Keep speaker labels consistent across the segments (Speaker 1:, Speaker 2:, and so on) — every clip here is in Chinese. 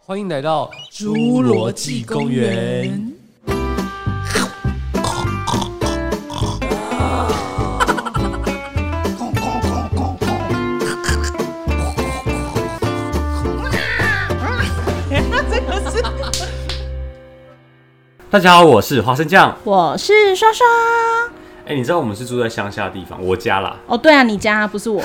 Speaker 1: 欢迎来到
Speaker 2: 侏罗纪公园。
Speaker 3: 大家好，我是花生酱。
Speaker 2: 我是刷刷。
Speaker 3: 哎、你知道我们是住在乡下的地方，我家啦。
Speaker 2: 哦，对啊，你家不是我，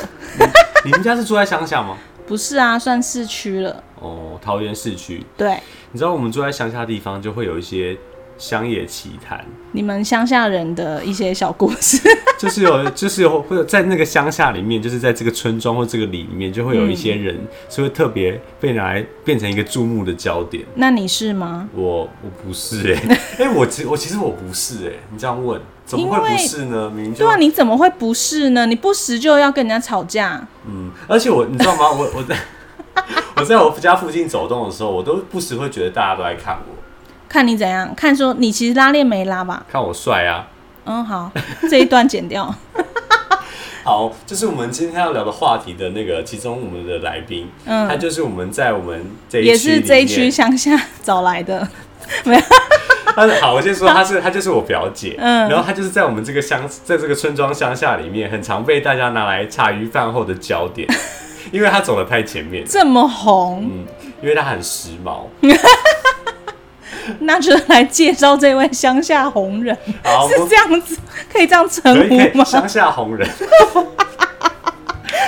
Speaker 3: 你们家是住在乡下吗？
Speaker 2: 不是啊，算市区了。
Speaker 3: 哦，桃园市区。
Speaker 2: 对，
Speaker 3: 你知道我们住在乡下的地方，就会有一些乡野奇谈，
Speaker 2: 你们乡下人的一些小故事。
Speaker 3: 就是有， 就是有会有在那个乡下里面，就是在这个村庄或这个里面，就会有一些人，所以会特别被拿来变成一个注目的焦点。
Speaker 2: 那你是吗？
Speaker 3: 我我不是哎、 哎、我其我其实我不是哎、你这样问怎么
Speaker 2: 因
Speaker 3: 会
Speaker 2: 为
Speaker 3: 不是呢？明明就
Speaker 2: 对啊，你怎么会不是呢？你不识就要跟人家吵架，
Speaker 3: 嗯，而且我你知道吗？我我在我在我家附近走动的时候，我都不时会觉得大家都在看我，
Speaker 2: 看你怎样，看说你其实拉链没拉吧？
Speaker 3: 看我帅啊。
Speaker 2: 嗯， 好，这一段剪掉。
Speaker 3: 好，就是我们今天要聊的话题的那个，其中我们的来宾，
Speaker 2: 嗯
Speaker 3: 他就是我们在我们这一
Speaker 2: 也
Speaker 3: 区里
Speaker 2: 是
Speaker 3: 面
Speaker 2: 这一区，乡下找来的，没有，
Speaker 3: 他是好，我先说他是他就是我表姐，
Speaker 2: 嗯
Speaker 3: 然后他就是在我们这个乡，在这个村庄乡下里面，很常被大家拿来茶余饭后的焦点， 因为他走的太前面，
Speaker 2: 这么红，
Speaker 3: 嗯，因为他很时髦。嗯
Speaker 2: 那就来介绍这位乡下红人，
Speaker 3: 好，
Speaker 2: 是这样子，可以这样称
Speaker 3: 我们可
Speaker 2: 呼
Speaker 3: 以可
Speaker 2: 吗
Speaker 3: 以？乡下红人。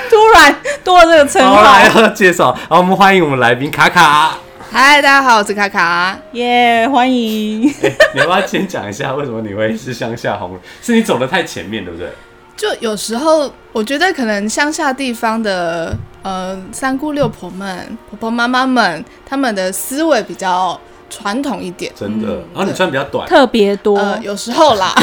Speaker 2: 突然多了这个称
Speaker 3: 好
Speaker 2: 号
Speaker 3: 啦，，要介绍，好，我们欢迎我们来宾卡卡。
Speaker 4: 嗨，大家好，我是卡卡。
Speaker 2: 耶欢迎。
Speaker 3: 哎、你要不要先讲一下为什么你会是乡下红人？是你走的太前面，对不对？
Speaker 4: 就有时候，我觉得可能乡下地方的呃三姑六婆们、婆婆妈妈们，他们的思维比较传统一点。
Speaker 3: 真的。
Speaker 2: 嗯
Speaker 3: 然后你穿比较短，
Speaker 2: 特别多，
Speaker 4: 呃，有时候 啦，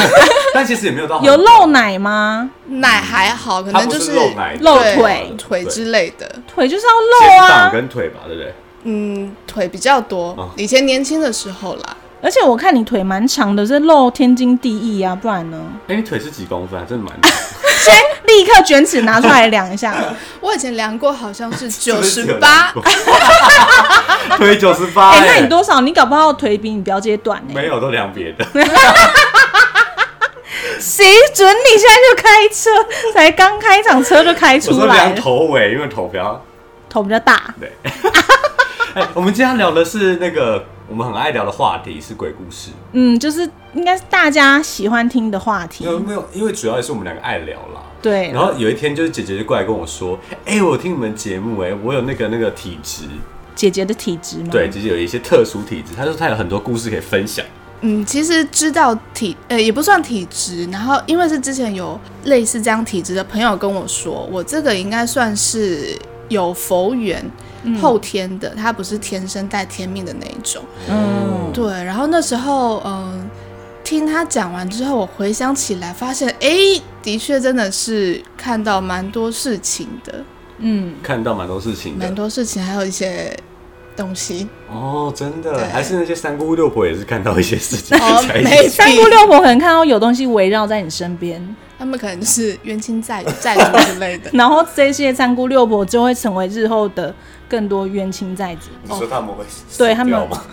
Speaker 3: 但其实也没有到很
Speaker 2: 有露，奶吗？
Speaker 4: 奶还好，可
Speaker 3: 它
Speaker 4: 能
Speaker 3: 不
Speaker 4: 就是
Speaker 3: 露奶，
Speaker 2: 露
Speaker 3: 对
Speaker 2: 腿
Speaker 4: 腿之类的。
Speaker 2: 腿就是
Speaker 3: 对
Speaker 2: 要
Speaker 3: 肩
Speaker 2: 露
Speaker 3: 膀
Speaker 2: 啊！
Speaker 3: 跟腿吧，对不对？
Speaker 4: 嗯，腿比较
Speaker 3: 哦
Speaker 4: 多。以前年轻的时候啦，
Speaker 2: 而且我看你腿蛮长的，这露天经地义啊，不然呢？
Speaker 3: 哎、你腿是几公分啊？真 的蛮长，
Speaker 2: 先立刻卷尺拿出来量 一下，
Speaker 4: 我以前量过，好像 是
Speaker 3: 是
Speaker 4: 九
Speaker 3: 不是
Speaker 4: 十
Speaker 3: 有
Speaker 4: 八
Speaker 3: 量。过，腿九十八。
Speaker 2: 哎、那你多少？你搞不好腿比你表姐短哎、
Speaker 3: 没有，都量别的。
Speaker 2: 谁准你现在就开车？才刚开场车就开
Speaker 3: 我
Speaker 2: 出
Speaker 3: 说
Speaker 2: 来
Speaker 3: 量
Speaker 2: 了，
Speaker 3: 头围，因为头比较。
Speaker 2: 头比较大。
Speaker 3: 对。哎、我们今天聊的是那个我们很爱聊的话题，是鬼故事。
Speaker 2: 嗯，就是应该是大家喜欢听的话题
Speaker 3: 没。有没有，因为主要也是我们两个爱聊啦。
Speaker 2: 对，
Speaker 3: 嗯然后有一天，就是姐姐就过来跟我说：“哎、我听你们节目、哎，我有那个那个体质，
Speaker 2: 姐姐的体质嘛，
Speaker 3: 对，，姐姐有一些特殊体质。她说她有很多故事可以分享。
Speaker 4: 嗯，其实知道体呃也不算体质，然后因为是之前有类似这样体质的朋友跟我说，我这个应该算是有佛缘、后天的，它不是天生带天命的那一种。
Speaker 2: 嗯，
Speaker 4: 对，然后那时候嗯、听他讲完之后，我回想起来发现，哎，的确真的是看到蛮多事情的，
Speaker 2: 嗯，
Speaker 3: 看到蛮多事情
Speaker 4: 蛮
Speaker 3: 的
Speaker 4: 多事情，还有一些东西。
Speaker 3: 哦，真
Speaker 4: 对
Speaker 3: 的，还是那些三姑六婆也是看到一些事情
Speaker 4: 哦
Speaker 3: 才一
Speaker 4: 没
Speaker 3: 起。
Speaker 4: 错
Speaker 2: 三姑六婆可能看到有东西围绕在你身边，，
Speaker 4: 他们可能就是冤亲债债主之类的
Speaker 2: 然后这些三姑六婆就会成为日后的更多冤亲债主。
Speaker 3: 你说他们会
Speaker 2: 对他们
Speaker 3: 死掉 吗？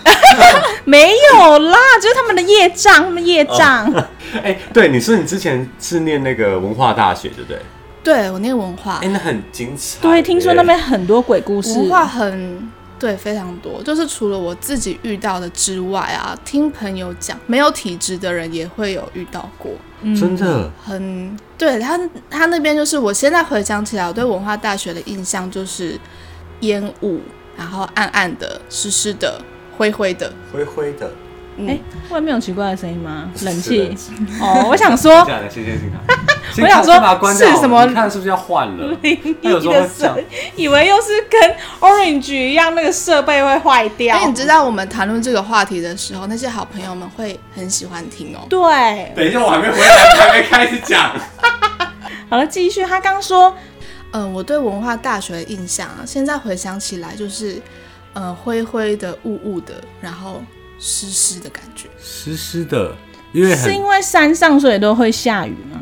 Speaker 2: 没有啦，就是他们的业障，他们业
Speaker 3: 哦
Speaker 2: 障。
Speaker 3: 哎、对，你说你之前是念那个文化大学，对不对？
Speaker 4: 对我念文化
Speaker 3: 哎、，那很精彩耶。
Speaker 2: 对，听说那
Speaker 3: 哎
Speaker 2: 边很多鬼故事
Speaker 4: 文。化很对，非常多。就是除了我自己遇到的之外啊，听朋友讲，没有体质的人也会有遇到过。
Speaker 2: 嗯
Speaker 3: 真的，
Speaker 4: 很对他，他那边就是我现在回想起来，我对文化大学的印象就是烟雾，然后暗暗的、湿湿的、灰灰的。
Speaker 3: 灰灰的，
Speaker 4: 嗯，
Speaker 2: 哎、外面有奇怪的声音吗？冷
Speaker 3: 是
Speaker 2: 气
Speaker 3: 冷。
Speaker 2: 哦，我想说
Speaker 3: 这，样的，谢谢信卡。
Speaker 2: 我想说
Speaker 3: 啊先把它关掉
Speaker 2: 是什么
Speaker 3: 你看是不是要换了？ 他有
Speaker 2: 你
Speaker 3: 时候会
Speaker 2: 的
Speaker 3: 这样
Speaker 2: 声，以为又是跟 Orange 一样，那个设备会坏掉
Speaker 4: 哎因为。你知道我们谈论这个话题的时候，那些好朋友们会很喜欢听哦。
Speaker 2: 对，
Speaker 3: 等一下，我还没回来，还没开始讲。
Speaker 2: 好了，继续。他刚说，
Speaker 4: 嗯，我对文化大学的印象啊，现在回想起来就是，呃，灰灰的、雾雾的，然后湿湿的感觉，
Speaker 3: 湿湿的，因为
Speaker 2: 是
Speaker 3: 很
Speaker 2: 因为山上所以都会下雨吗？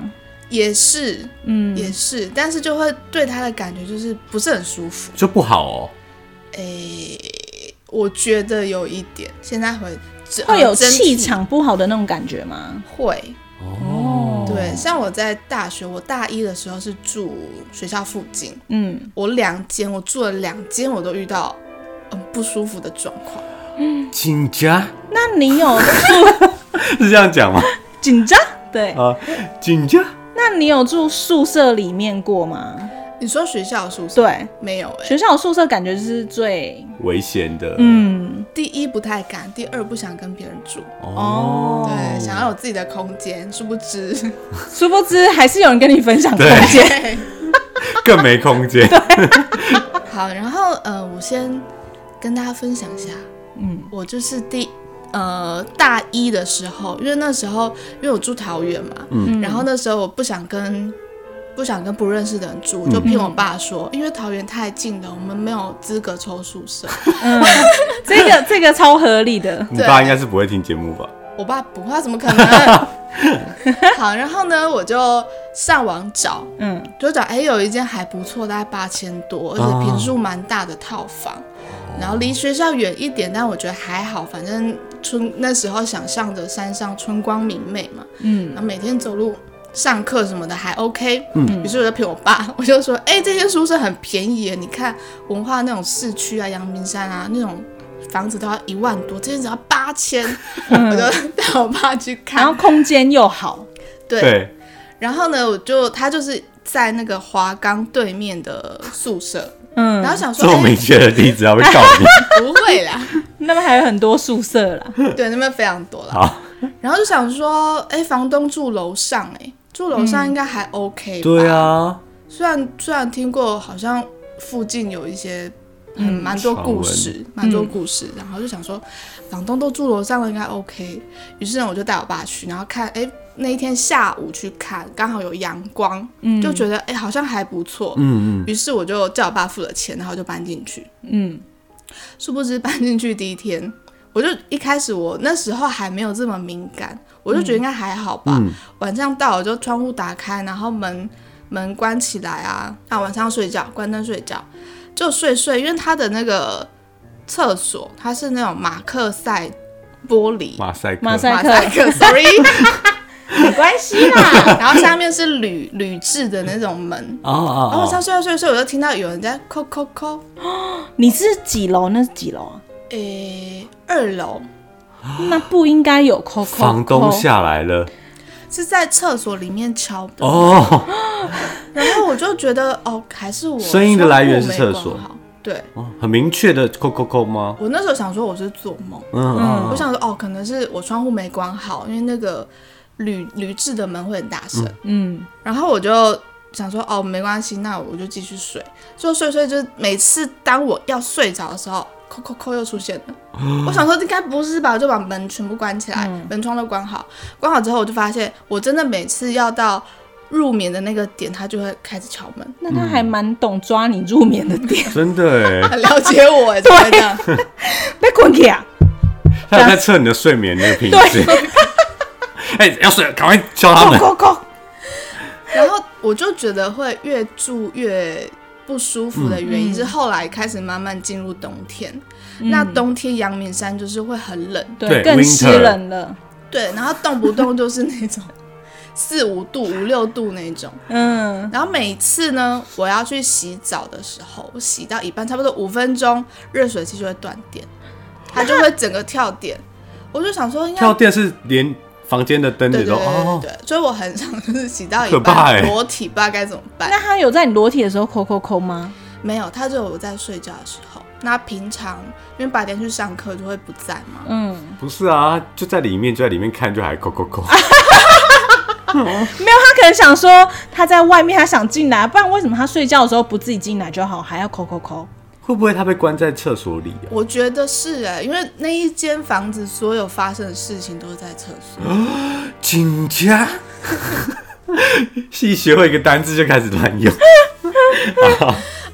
Speaker 4: 也是，
Speaker 2: 嗯，
Speaker 4: 也是，但是就会对它的感觉就是不是很舒服。
Speaker 3: 就不好哦。
Speaker 4: 诶、我觉得有一点，现在会
Speaker 2: 会有
Speaker 4: 整体
Speaker 2: 气场不好的那种感觉吗？
Speaker 4: 会。
Speaker 3: 哦，
Speaker 4: 对，像我在大学，我大一的时候是住学校附近，
Speaker 2: 嗯，
Speaker 4: 我两间，我住了两间，我都遇到嗯不舒服的状况。
Speaker 3: 紧张
Speaker 2: 那你有
Speaker 3: 是这样讲吗？
Speaker 2: 紧张？对，
Speaker 3: 啊，紧张
Speaker 2: 那你有住宿舍里面过吗？
Speaker 4: 你说学校宿舍
Speaker 2: 对，
Speaker 4: 没有、欸？
Speaker 2: 学校宿舍感觉是最
Speaker 3: 危险的，
Speaker 2: 嗯
Speaker 4: 第一不太敢，第二不想跟别人住，
Speaker 3: 哦，
Speaker 4: 对，想要有自己的空间，殊不 知，
Speaker 2: 殊不知还是有人跟你分享空间。
Speaker 4: 对，
Speaker 3: 更没空间。
Speaker 4: 好，然后呃，我先跟大家分享一下，
Speaker 2: 嗯，
Speaker 4: 我就是第呃大一的时候，因为那时候因为我住桃园嘛，
Speaker 3: 嗯
Speaker 4: 然后那时候我不想跟不想跟不认识的人住，
Speaker 3: 嗯
Speaker 4: 我就骗我爸说，因为桃园太近了，我们没有资格抽宿舍。
Speaker 2: 嗯， 这个这个超合理 的。
Speaker 3: 你爸应该是不会听节目吧？
Speaker 4: 我爸不怕，怎么 可能？好，然后呢，我就上网找，
Speaker 2: 嗯，
Speaker 4: 就找哎、有一间还不错，大概八千多，而且平数蛮大的套房，然后离学校远一点，但我觉得还好，反正春那时候想象着山上春光明媚嘛，
Speaker 2: 嗯，
Speaker 4: 然后每天走路。上课什么的还 OK，嗯，于是我就骗我爸，我就说，哎、这些宿舍很便宜耶，你看文化那种市区啊，阳明山啊那种房子都要一万多，这些只要八 千，我就带我爸去
Speaker 2: 然后
Speaker 4: 看，
Speaker 2: 空间又好，
Speaker 4: 对，
Speaker 3: 对，
Speaker 4: 然后呢，我就他就是在那个华冈对面的宿舍，
Speaker 2: 嗯，
Speaker 4: 然后想
Speaker 3: 这
Speaker 4: 说，
Speaker 3: 么明
Speaker 4: 哎，
Speaker 3: 确的例子啊，会告你。
Speaker 4: 不会啦，
Speaker 2: 那边还有很多宿舍 啦。
Speaker 4: 对，那边非常多啦。
Speaker 3: 好，
Speaker 4: 然后就想说，哎，房东住楼上、哎，住楼上应该还 OK 吧？
Speaker 3: 对，啊，
Speaker 4: 虽然虽然听过，好像附近有一些。嗯，蛮多故事，
Speaker 3: 嗯
Speaker 4: 蛮多故事，然后就想说，房东都住楼上了，应该 OK。于是呢，我就带我爸去，然后看，哎，那一天下午去看，刚好有阳光，
Speaker 2: 嗯
Speaker 4: 就觉得哎好像还不错，
Speaker 3: 嗯嗯，
Speaker 4: 于是我就叫我爸付了钱，然后就搬进去。
Speaker 2: 嗯
Speaker 4: 殊不知搬进去第一天，我就一开始我那时候还没有这么敏感，我就觉得应该还好吧。
Speaker 3: 嗯
Speaker 4: 晚上到我就窗户打开，然后门门关起来啊啊，晚上要睡觉，关灯睡觉，就睡睡，因为他的那个厕所它是那种马克赛玻璃。
Speaker 3: 马赛克，
Speaker 2: 马赛
Speaker 4: 马赛克，sorry，
Speaker 2: 没关系啦。
Speaker 4: 然后下面是铝铝制的那种门，
Speaker 3: 哦哦
Speaker 4: 然后晚上
Speaker 3: 哦，
Speaker 4: 睡到睡到睡，我就听到有人在扣扣扣，
Speaker 2: 你是几楼？那是几楼啊？
Speaker 4: 诶，二楼
Speaker 2: 那不应该有 Coco。
Speaker 3: 房东下来了
Speaker 4: 是在厕所里面敲的，
Speaker 3: 哦，
Speaker 4: 然后我就觉得哦，还是我
Speaker 3: 声音的来源是
Speaker 4: 窗户没关
Speaker 3: 厕所
Speaker 4: 好。对
Speaker 3: 哦很明确的扣扣扣吗？
Speaker 4: 我那时候想说我是做梦，
Speaker 3: 嗯嗯，
Speaker 4: 我
Speaker 3: 嗯
Speaker 4: 想说哦，可能是我窗户没关好，因为那个铝铝制的门会很大声。
Speaker 2: 嗯，
Speaker 4: 然后我就想说哦，没关系，那我就继续睡，就睡睡，就每次当我要睡着的时候。扣扣扣又出现 了，我想说应该不是吧，我就把门全部关起来，
Speaker 3: 嗯
Speaker 4: 门窗都关好。关好之后，我就发现我真的每次要到入眠的那个点，他就会开始敲 门。
Speaker 2: 那他还蛮懂抓你入眠的点，
Speaker 3: 真的 哎，
Speaker 4: 很了解我哎，怎么会这样？
Speaker 2: 被捆起啊！
Speaker 3: 他有在测你的睡眠那个品质。 哎，要睡了，赶快叫他们。
Speaker 2: 扣扣，
Speaker 4: 然后我就觉得会越住越不舒服的原因、
Speaker 2: 嗯
Speaker 4: 是后来开始慢慢进入冬天，那冬天阳明山就是会很冷，
Speaker 2: 对，
Speaker 3: 对
Speaker 2: 更
Speaker 3: winter
Speaker 2: 湿冷了。
Speaker 4: 对，然后动不动就是那种四五度、五六度那种。
Speaker 2: 嗯，
Speaker 4: 然后每次呢，我要去洗澡的时候，我洗到一半，差不多五分钟，热水器就会断电，它就会整个跳电。我就想说，应该
Speaker 3: 跳电是连房间的灯
Speaker 4: 对
Speaker 3: 也
Speaker 4: 对
Speaker 3: 都
Speaker 4: 对
Speaker 3: 哦，
Speaker 4: 对对，所以我很常就是洗到一
Speaker 3: 可怕
Speaker 4: 半
Speaker 3: 欸
Speaker 4: 裸体，不知道该怎么办。
Speaker 2: 那他有在你裸体的时候扣扣扣吗？
Speaker 4: 没有，他只有我在睡觉的时候。那平常因为白天去上课就会不在嘛，
Speaker 2: 嗯，
Speaker 3: 不是啊，就在里面，就在里面看，就还扣扣扣。
Speaker 2: 没有，他可能想说他在外面，他想进来，不然为什么他睡觉的时候不自己进来就好，还要扣扣扣？
Speaker 3: 会不会他被关在厕所里啊？
Speaker 4: 我觉得是哎、因为那一间房子所有发生的事情都是在厕所。
Speaker 3: 紧 张，系学会一个单字就开始乱用。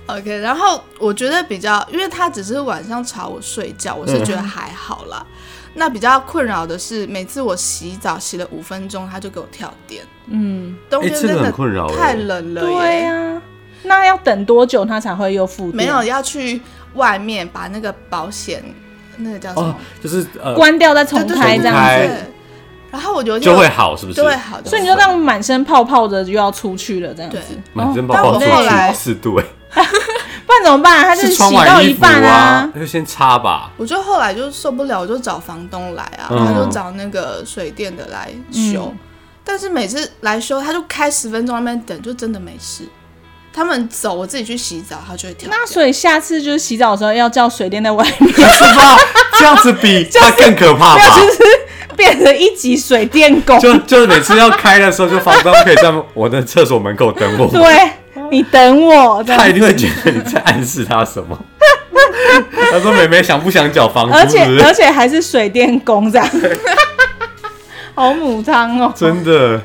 Speaker 4: OK，然后我觉得比较，因为他只是晚上吵我睡觉，我是觉得还好啦。那比较困扰的是，每次我洗澡洗了五分钟，他就给我跳电。
Speaker 2: 嗯，
Speaker 4: 冬天
Speaker 3: 欸这个
Speaker 4: 真
Speaker 3: 很
Speaker 4: 的
Speaker 3: 困扰欸
Speaker 4: 太冷了耶，
Speaker 2: 对啊呀。那要等多久他才会又复电？
Speaker 4: 没有要去外面把那个保险那个叫什
Speaker 3: 哦
Speaker 4: 么？，
Speaker 3: 就是呃，
Speaker 2: 关掉再重
Speaker 4: 对对
Speaker 2: 开这
Speaker 4: 对
Speaker 2: 样
Speaker 3: 重
Speaker 2: 子。
Speaker 3: 开
Speaker 4: 对然后我有一天
Speaker 3: 就会好，是不是？
Speaker 4: 就会好的，
Speaker 2: 所以你就让满身泡泡的就要出去了，这样子
Speaker 4: 对，
Speaker 3: 满身
Speaker 2: 哦
Speaker 3: 泡泡出
Speaker 4: 但我后来
Speaker 3: 去四度哎，
Speaker 2: 不然怎么办？他就是洗
Speaker 3: 穿
Speaker 2: 到
Speaker 3: 完衣
Speaker 2: 一
Speaker 3: 服
Speaker 2: 半
Speaker 3: 啊，，那就先擦吧。
Speaker 4: 我就后来就受不了，我就找房东来啊，
Speaker 3: 嗯
Speaker 4: 他就找那个水电的来修，
Speaker 2: 嗯
Speaker 4: 但是每次来修他就开十分钟在那边等，就真的没事。他们走，我自己去洗澡，他就会跳掉。
Speaker 2: 那所以下次就是洗澡的时候要叫水电在外面，
Speaker 3: 是吧？这样子比它更可怕 吧？
Speaker 2: 变成一级水电工。
Speaker 3: 就就是每次要开的时候，就房东可以在我的厕所门口等我，
Speaker 2: 对，你等我。这样
Speaker 3: 他一定会觉得你在暗示他什么。 他说：“妹妹想不想缴房租？”
Speaker 2: 而且
Speaker 3: 是不是
Speaker 2: 而且还是水电工这样， 好母汤哦。
Speaker 3: 真的，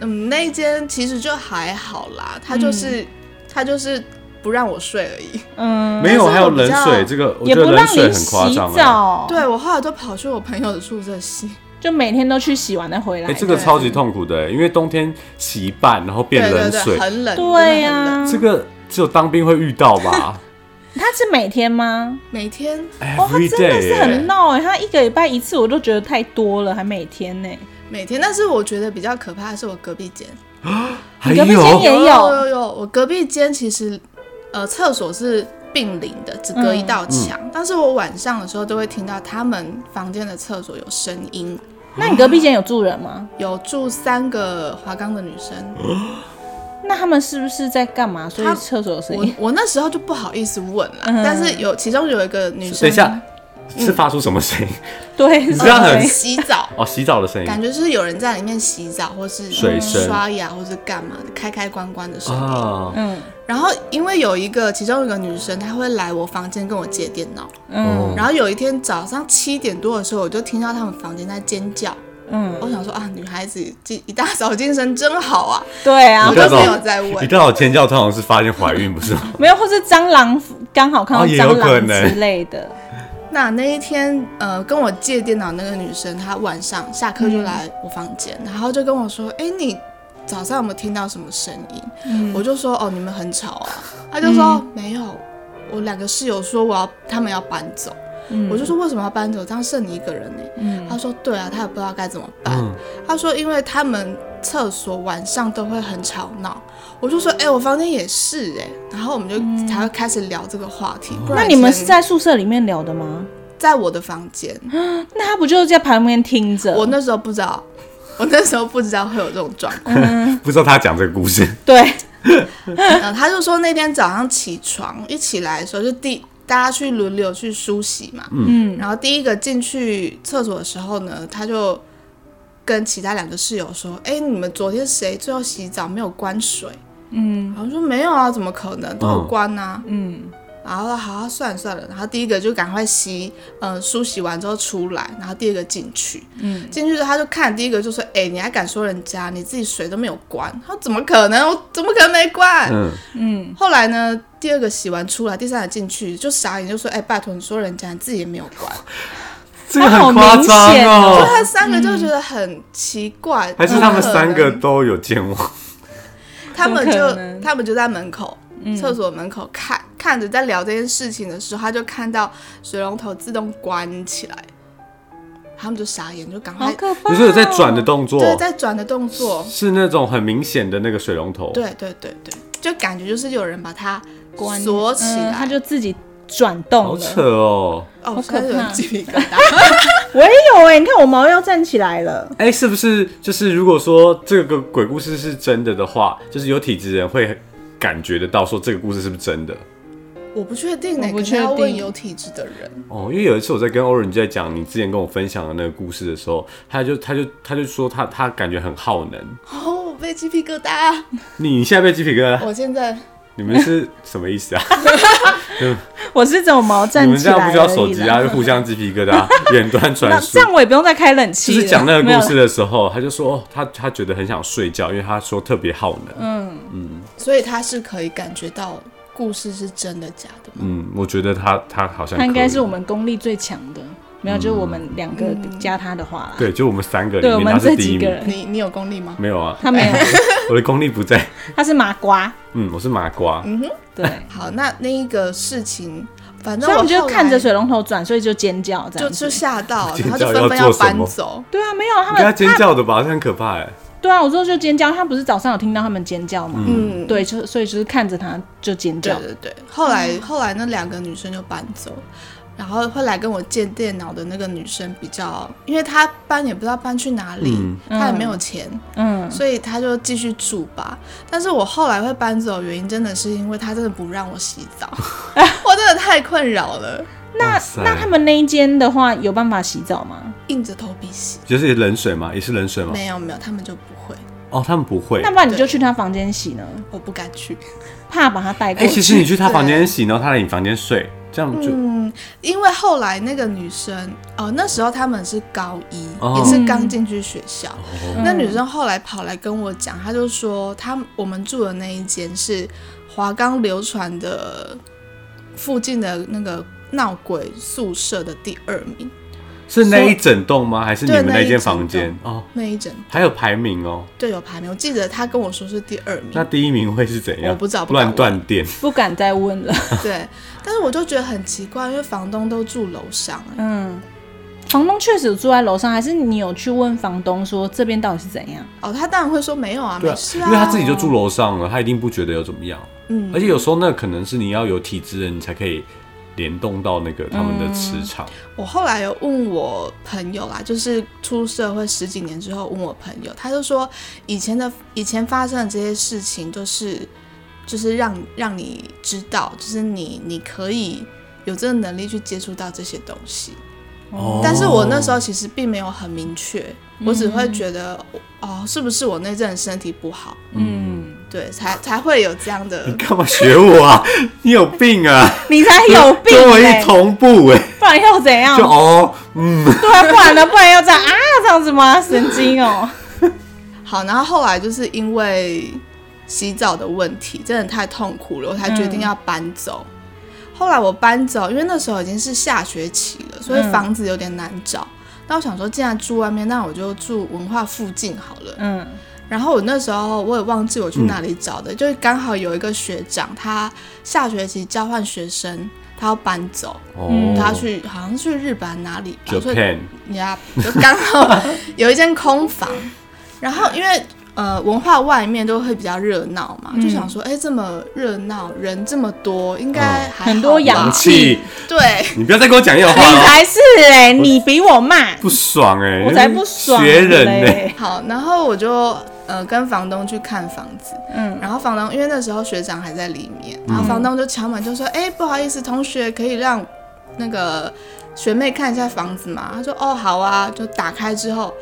Speaker 4: 嗯，那一间其实就还好啦，他就是、他就是不让我睡而已。
Speaker 2: 嗯，
Speaker 3: 没有，还有冷
Speaker 4: 但是我比较
Speaker 3: 水，这个我
Speaker 2: 也
Speaker 3: 觉
Speaker 2: 不
Speaker 3: 得冷
Speaker 2: 让
Speaker 3: 水
Speaker 2: 你
Speaker 3: 很夸
Speaker 2: 洗
Speaker 3: 张啊。
Speaker 2: 澡，，
Speaker 4: 对我后来都跑去我朋友的宿舍洗，
Speaker 2: 就每天都去洗完再回来。
Speaker 3: 哎，这个
Speaker 4: 对
Speaker 3: 超级痛苦的，因为冬天洗一半，然后变
Speaker 4: 对对
Speaker 3: 冷
Speaker 4: 对，
Speaker 3: 水，
Speaker 4: 很冷，
Speaker 2: 对
Speaker 4: 呀、
Speaker 2: 呀、
Speaker 3: 这个只有当兵会遇到吧
Speaker 2: 他是每天吗？
Speaker 4: 每天
Speaker 2: 哦，他
Speaker 3: ？Every
Speaker 2: 真的是
Speaker 3: day，欸
Speaker 2: 很闹哎、他一个礼拜一次，我都觉得太多了，还每天呢、
Speaker 4: 每天，但是我觉得比较可怕的是我隔壁间，
Speaker 3: 还
Speaker 2: 你隔壁间
Speaker 3: 有
Speaker 2: 也有
Speaker 4: 有有有，我隔壁间其实呃厕所是并邻的，只隔一道墙，
Speaker 3: 嗯
Speaker 4: 但是我晚上的时候都会听到他们房间的厕所有声音，
Speaker 2: 那你隔壁间有住人吗？
Speaker 4: 有住三个华冈的女生，
Speaker 3: 嗯
Speaker 2: 那他们是不是在干嘛？所以
Speaker 4: 他
Speaker 2: 厕所有声
Speaker 4: 我
Speaker 2: 音。
Speaker 4: 我那时候就不好意思问了，
Speaker 2: 嗯
Speaker 4: 但是有其中有一个女生，
Speaker 3: 等一下是发出什么声音？
Speaker 2: 对，
Speaker 3: 这样很
Speaker 2: 是谁
Speaker 4: 洗澡。
Speaker 3: 哦，洗澡的声音
Speaker 4: 感觉就是有人在里面洗澡，或是
Speaker 3: 水声
Speaker 4: 刷牙，或是干嘛的，开开关关的声音。
Speaker 3: 啊，
Speaker 2: 嗯
Speaker 4: 然后因为有一个，其中有一个女生，她会来我房间跟我借电脑。
Speaker 2: 嗯
Speaker 3: 哦
Speaker 4: 然后有一天早上七点多的时候，我就听到他们房间在尖叫。
Speaker 2: 嗯，
Speaker 4: 我想说啊，女孩子一一大早精神真好啊，
Speaker 2: 对啊
Speaker 4: 我
Speaker 3: 你，
Speaker 4: 就
Speaker 3: 大
Speaker 4: 没
Speaker 3: 早
Speaker 4: 有在
Speaker 3: 一
Speaker 4: 问。
Speaker 3: 到我尖叫，通常是发现怀孕，不是吗？
Speaker 2: 没有，或是蟑螂刚好看到
Speaker 3: 哦也
Speaker 2: 蟑
Speaker 3: 有可
Speaker 2: 螂
Speaker 3: 能
Speaker 2: 之类 的。
Speaker 4: 那那一天，呃，跟我借电脑那个女生，她晚上下课就来我房间，然后就跟我说：“哎、你早上有没有听到什么声音？”
Speaker 2: 嗯
Speaker 4: 我就说：“哦，你们很吵啊。”她就说：“没有，我两个室友说我要他们要搬走。
Speaker 2: 嗯
Speaker 4: 我就说：“为什么要搬走？这样剩你一个人呢、
Speaker 2: 嗯
Speaker 4: 她说：“对啊，她也不知道该怎么办。
Speaker 3: 嗯，
Speaker 4: 他说因为他们厕所晚上都会很吵闹，我就说哎、我房间也是哎、然后我们就才会开始聊这个话题。不然
Speaker 2: 嗯哦那
Speaker 4: 以前
Speaker 2: 你们是在宿舍里面聊的吗？
Speaker 4: 在我的房间？
Speaker 2: 那他不就是在旁边听着？
Speaker 4: 我那时候不知道， 我那时候不知道会有这种状况。
Speaker 3: 不知道他讲这个故事，
Speaker 2: 对，
Speaker 4: 然后他就说那天早上起床一起来的时候，就第大家去轮流去梳洗嘛，
Speaker 2: 嗯
Speaker 4: 然后第一个进去厕所的时候呢，他就跟其他两个室友说：“哎、你们昨天谁最后洗澡没有关水？”
Speaker 2: 嗯
Speaker 4: 然后说没有啊，怎么可能都有
Speaker 3: 嗯
Speaker 4: 关啊？
Speaker 2: 嗯
Speaker 4: 然后说好、啊，算了算了。然后第一个就赶快洗，呃，梳洗完之后出来，然后第二个进去。
Speaker 2: 嗯，
Speaker 4: 进去之后他就看第一个就说：“哎、你还敢说人家？你自己水都没有关。”他说：“怎么可能？我怎么可能没关？”
Speaker 3: 嗯，
Speaker 2: 嗯，
Speaker 4: 后来呢，第二个洗完出来，第三个进去就傻眼，就说：“哎、拜托，你说人家你自己也没有 关。
Speaker 3: 这个很夸
Speaker 2: 他好
Speaker 3: 张
Speaker 2: 明显哦
Speaker 4: 就
Speaker 3: 哦。
Speaker 4: 他三个就觉得很奇怪，
Speaker 3: 还是
Speaker 4: 怎么
Speaker 3: 他们
Speaker 4: 可能
Speaker 3: 三个都有健忘，
Speaker 4: 他们
Speaker 2: 怎么可
Speaker 4: 就
Speaker 2: 能嗯
Speaker 4: 他们就在门口厕所门口看看着在聊这件事情的时候，他就看到水龙头自动关起来，他们就傻眼，就赶
Speaker 2: 好
Speaker 4: 快
Speaker 2: 可怕、
Speaker 3: 不
Speaker 2: 哦。
Speaker 3: 是有在转的动作
Speaker 4: 对，在转的动作，
Speaker 3: 是那种很明显的那个水龙头。，
Speaker 4: 对对对对，就感觉就是有人把它
Speaker 2: 关
Speaker 4: 锁起来，
Speaker 2: 嗯他就自己转动
Speaker 3: 好
Speaker 2: 了。
Speaker 3: 扯哦。
Speaker 4: 哦，
Speaker 2: 好
Speaker 4: 我
Speaker 2: 可怕
Speaker 4: 现在有鸡皮疙瘩，
Speaker 2: 我也有哎、你看我毛要站起来了。
Speaker 3: 哎、是不是就是如果说这个鬼故事是真的的话，就是有体质人会感觉得到，说这个故事是不是真的？
Speaker 4: 我不确定呢、
Speaker 2: 我不
Speaker 4: 可能要
Speaker 2: 确定
Speaker 4: 问有体质的人，
Speaker 3: 哦，因为有一次我在跟 Orange 在讲你之前跟我分享的那个故事的时候，他就他就他就说他他感觉很耗能。
Speaker 4: 哦，我被鸡皮疙瘩，
Speaker 3: 你你现在被鸡皮疙瘩，
Speaker 4: 我现在
Speaker 3: 你们是什么意思 啊？
Speaker 2: 我是怎么毛站
Speaker 3: 你们
Speaker 2: 起
Speaker 3: 这
Speaker 2: 来
Speaker 3: 样不需要手机啊，
Speaker 2: 而已啦
Speaker 3: 就互相鸡皮疙瘩，远端
Speaker 2: 那
Speaker 3: 传输
Speaker 2: 这。样我也不用再开冷
Speaker 3: 就
Speaker 2: 气了。
Speaker 3: 是讲那个
Speaker 2: 没有
Speaker 3: 故
Speaker 2: 啦
Speaker 3: 事的时候，他就说、哦、他他觉得很想睡觉，因为他说特别耗能。
Speaker 4: 所以他是可以感觉到故事是真的假的吗？
Speaker 3: 嗯，我觉得他他好像
Speaker 2: 他应该是我
Speaker 3: 们
Speaker 2: 们功力最强的，没有，就是我们两个加他的话啦。
Speaker 3: 对，就我们三个里
Speaker 2: 对我
Speaker 3: 面
Speaker 2: 们
Speaker 3: 他
Speaker 2: 这
Speaker 3: 是第
Speaker 2: 几
Speaker 3: 一
Speaker 2: 个
Speaker 3: 名，
Speaker 2: 人，
Speaker 4: 你你有功力吗？
Speaker 3: 没有啊，
Speaker 2: 他没有，
Speaker 3: 我的功力不在。
Speaker 2: 他是麻瓜。
Speaker 3: 嗯，我是麻瓜，
Speaker 2: 对，
Speaker 4: 好，那那一个事情，反正
Speaker 2: 所以
Speaker 4: 我
Speaker 2: 他们就
Speaker 4: 后来
Speaker 2: 看着水龙头转，所以就尖叫这
Speaker 4: 就
Speaker 2: 样
Speaker 4: 就
Speaker 2: 子。
Speaker 4: 吓 到，
Speaker 3: 尖
Speaker 4: 然后
Speaker 3: 叫
Speaker 4: 就纷纷
Speaker 3: 要做什
Speaker 4: 搬
Speaker 3: 么
Speaker 4: 走。
Speaker 2: 对啊，没有他
Speaker 3: 你跟他
Speaker 2: 们
Speaker 3: 尖叫的吧，这很可怕哎。
Speaker 2: 对啊，我说就尖叫，他不是早上有听到他们尖叫吗？
Speaker 4: 嗯，
Speaker 2: 对，就所以就是看着他就尖
Speaker 4: 对
Speaker 2: 叫。
Speaker 4: 对对。后来后来那两个女生就搬走，然后后来跟我借电脑的那个女生比较，因为她搬也不知道搬去哪里，
Speaker 3: 嗯
Speaker 4: 她也没有钱，
Speaker 2: 嗯，
Speaker 4: 所以她就继续住吧。但是我后来会搬走，原因真的是因为她真的不让我洗澡， 我真的太困扰了，
Speaker 3: 哇
Speaker 2: 那
Speaker 3: 塞
Speaker 2: 那他们那一间的话，有办法洗澡吗？
Speaker 4: 硬着头皮洗。
Speaker 3: 就是冷水吗？也是冷水吗？
Speaker 4: 没有没有，他们就不会，
Speaker 3: 哦，他们不会
Speaker 2: 那。不然你就去他房间洗呢，
Speaker 4: 我不敢去。
Speaker 2: 怕把他带过
Speaker 3: 哎，
Speaker 2: 去。
Speaker 3: 其实你去他房间洗，然后他来你房间睡，这样就
Speaker 4: 嗯，因为后来那个女生，哦，那时候他们是高一，
Speaker 3: 哦
Speaker 4: 也是刚进去学校。
Speaker 3: 哦
Speaker 4: 那女生后来跑来跟我讲，她就说，她我们住的那一间是华冈流传的附近的那个闹鬼宿舍的第二名
Speaker 3: 是那一整栋吗？还是你们
Speaker 4: 对
Speaker 3: 那
Speaker 4: 那一
Speaker 3: 间房
Speaker 4: 整
Speaker 3: 间？哦，
Speaker 4: 那一整
Speaker 3: 还有排名哦。
Speaker 4: 对有排名，我记得她跟我说是第二
Speaker 3: 那
Speaker 4: 名，
Speaker 3: 第一名会是怎样？
Speaker 4: 我不知道不敢
Speaker 3: 乱断电。
Speaker 2: 不敢再问了。
Speaker 4: 对。但是我就觉得很奇怪，因为房东都住楼上、啊
Speaker 2: 嗯，房东确实有住在楼上，还是你有去问房东说这边到底是怎样？
Speaker 4: 哦，他当然会说没有啊，
Speaker 3: 对
Speaker 4: 没
Speaker 3: 啊，
Speaker 4: 事啊，
Speaker 3: 因为他自己就住楼上了，他一定不觉得有怎么样。
Speaker 4: 嗯
Speaker 3: 而且有时候那可能是你要有体质的人，你才可以联动到那个他们的磁场。
Speaker 4: 我后来有问我朋友啦，就是出社会十几年之后问我朋友，他就说以前的以前发生的这些事情，就是就是让让你知道，就是你你可以有这个能力去接触到这些东西。
Speaker 3: 哦
Speaker 4: 但是我那时候其实并没有很明确，我只会觉得哦，是不是我那阵身体不好，
Speaker 2: 嗯，
Speaker 4: 对，才才会有这样的
Speaker 3: 你。干嘛学我 啊？你有病啊！
Speaker 2: 你才有病、
Speaker 3: 跟我一
Speaker 2: 欸，
Speaker 3: 同步哎、
Speaker 2: 不然要怎样
Speaker 3: 就？哦，嗯，
Speaker 2: 对啊，不然呢？不然要这样啊？这样子吗？神经哦、
Speaker 4: 好，然后后来就是因为洗澡的问题，真的太痛苦了，我才决定要搬走。后来我搬走，因为那时候已经是下学期了，所以
Speaker 2: 嗯
Speaker 4: 房子有点难找。那我想说，既然住外面，那我就住文化附近好了。
Speaker 2: 嗯
Speaker 4: 然后我那时候我也忘记我去哪里找的，就刚好有一个学长，他下学期交换学生，他要搬走，
Speaker 3: 哦，
Speaker 4: 嗯他去好像去日本哪里吧，所以
Speaker 3: Japan，
Speaker 4: 呀就刚好 有一间空房，然后因为呃文化外面都会比较热闹
Speaker 2: 嗯
Speaker 4: 嘛，就想说，哎、这么热闹，人这么多，应该还好吧
Speaker 2: 哦很多氧
Speaker 3: 氧
Speaker 2: 气
Speaker 3: 气，
Speaker 4: 对，
Speaker 3: 你不要再跟我讲这种话
Speaker 2: 你
Speaker 3: 了，
Speaker 2: 才是哎、你比我慢，
Speaker 3: 不爽哎、
Speaker 2: 我才不爽
Speaker 3: 学人欸呢、
Speaker 2: 嘞、
Speaker 4: 好，然后我就呃跟房东去看房子，
Speaker 2: 嗯
Speaker 4: 然后房东因为那时候学长还在里面，然后房东就敲门就说，哎、不好意思，同学可以让那个学妹看一下房子吗？他说，哦，好啊，就打开之后，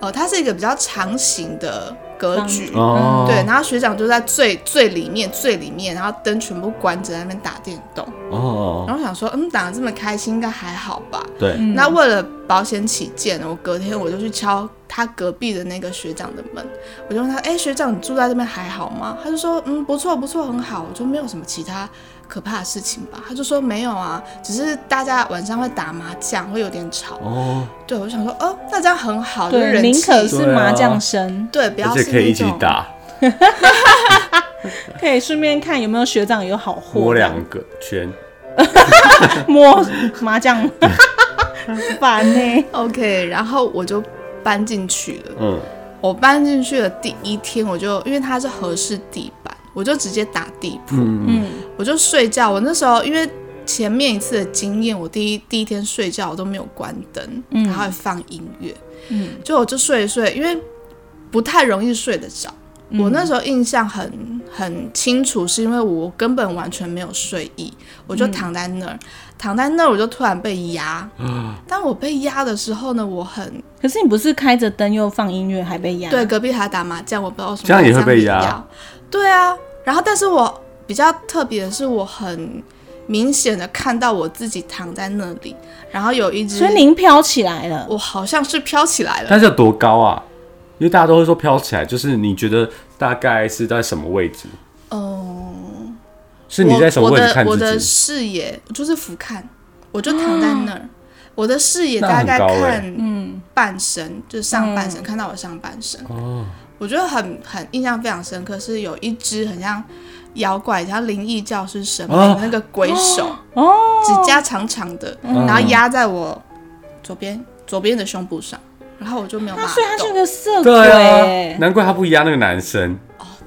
Speaker 4: 呃，它是一个比较长形的格
Speaker 2: 房
Speaker 4: 局，
Speaker 3: 哦，
Speaker 4: 嗯对，，然后学长就在最最里面最里面，然后灯全部关着，在那边打电动。
Speaker 3: 哦，
Speaker 4: 然后想说，嗯，打的这么开心，应该还好吧？
Speaker 3: 对，
Speaker 2: 嗯
Speaker 4: 那为了保险起见，我隔天我就去敲他隔壁的那个学长的门，我就问他，哎、学长，你住在这边还好吗？他就说，嗯，不错不错，很好。我就没有什么其他可怕的事情吧？他就说没有啊，只是大家晚上会打麻将，会有点吵。
Speaker 3: 哦，
Speaker 4: 对，我就想说，哦，那这样很好，就是
Speaker 2: 对，
Speaker 4: 人
Speaker 2: 宁
Speaker 4: 气
Speaker 2: 可是
Speaker 3: 对啊
Speaker 2: 麻将声，
Speaker 4: 对，不要
Speaker 3: 而
Speaker 4: 是
Speaker 3: 且可以一
Speaker 4: 那
Speaker 3: 起
Speaker 4: 种
Speaker 3: 打，
Speaker 2: 可以顺便看有没有学长有好货，
Speaker 3: 摸两个圈，
Speaker 2: 摸麻将， 烦欸呢、
Speaker 4: OK，然后我就搬进去了。
Speaker 3: 嗯，
Speaker 4: 我搬进去的第一天，我就因为它是合适地板，我就直接打地铺，
Speaker 2: 嗯
Speaker 4: 我就睡觉。我那时候因为前面一次的经验，我第一第一天睡觉我都没有关灯，
Speaker 2: 嗯
Speaker 4: 然后还放音乐，
Speaker 2: 嗯，
Speaker 4: 就我就睡一睡，因为不太容易睡得着。
Speaker 2: 嗯
Speaker 4: 我那时候印象很很清楚，是因为我根本完全没有睡意，我
Speaker 2: 嗯
Speaker 4: 就躺在那儿，躺在那儿我就突然被压。
Speaker 2: 啊
Speaker 4: 当我被压的时候呢，我很
Speaker 2: 可是你不是开着灯又放音乐还被压？
Speaker 4: 对，，隔壁还打麻将，我不知道为什么
Speaker 3: 这样也会被
Speaker 4: 这样
Speaker 3: 压
Speaker 4: 压。对啊，然后但是我比较特别的是，我很明显的看到我自己躺在那里，然后有一只，
Speaker 2: 所以您飘起来了。
Speaker 4: 我好像是飘起来了，
Speaker 3: 但是有多高啊？因为大家都会说飘起来，就是你觉得大概是在什么位置？
Speaker 4: 嗯，
Speaker 3: 是你在什么
Speaker 4: 我我
Speaker 3: 位置看
Speaker 4: 的我的
Speaker 3: 自己？
Speaker 4: 视野就是俯瞰，我就躺在那儿。我的视野
Speaker 3: 哦那
Speaker 4: 大
Speaker 3: 很
Speaker 4: 概
Speaker 3: 高欸
Speaker 2: 嗯
Speaker 4: 看半身，就是上半身、看到我上半身，
Speaker 3: 哦，
Speaker 4: 我觉得很很印象非常深刻，是有一只很像妖怪，叫灵异教师神明、
Speaker 3: 哦
Speaker 4: 那个鬼手，
Speaker 2: 哦，
Speaker 4: 指甲长长的，
Speaker 3: 嗯
Speaker 4: 然后压在我左边左边的胸部上，然后我就没有办
Speaker 2: 那
Speaker 4: 法
Speaker 2: 所以他是
Speaker 4: 动。
Speaker 2: 个色鬼
Speaker 3: 对
Speaker 2: 欸
Speaker 3: 啊，，难怪他不压那个男生。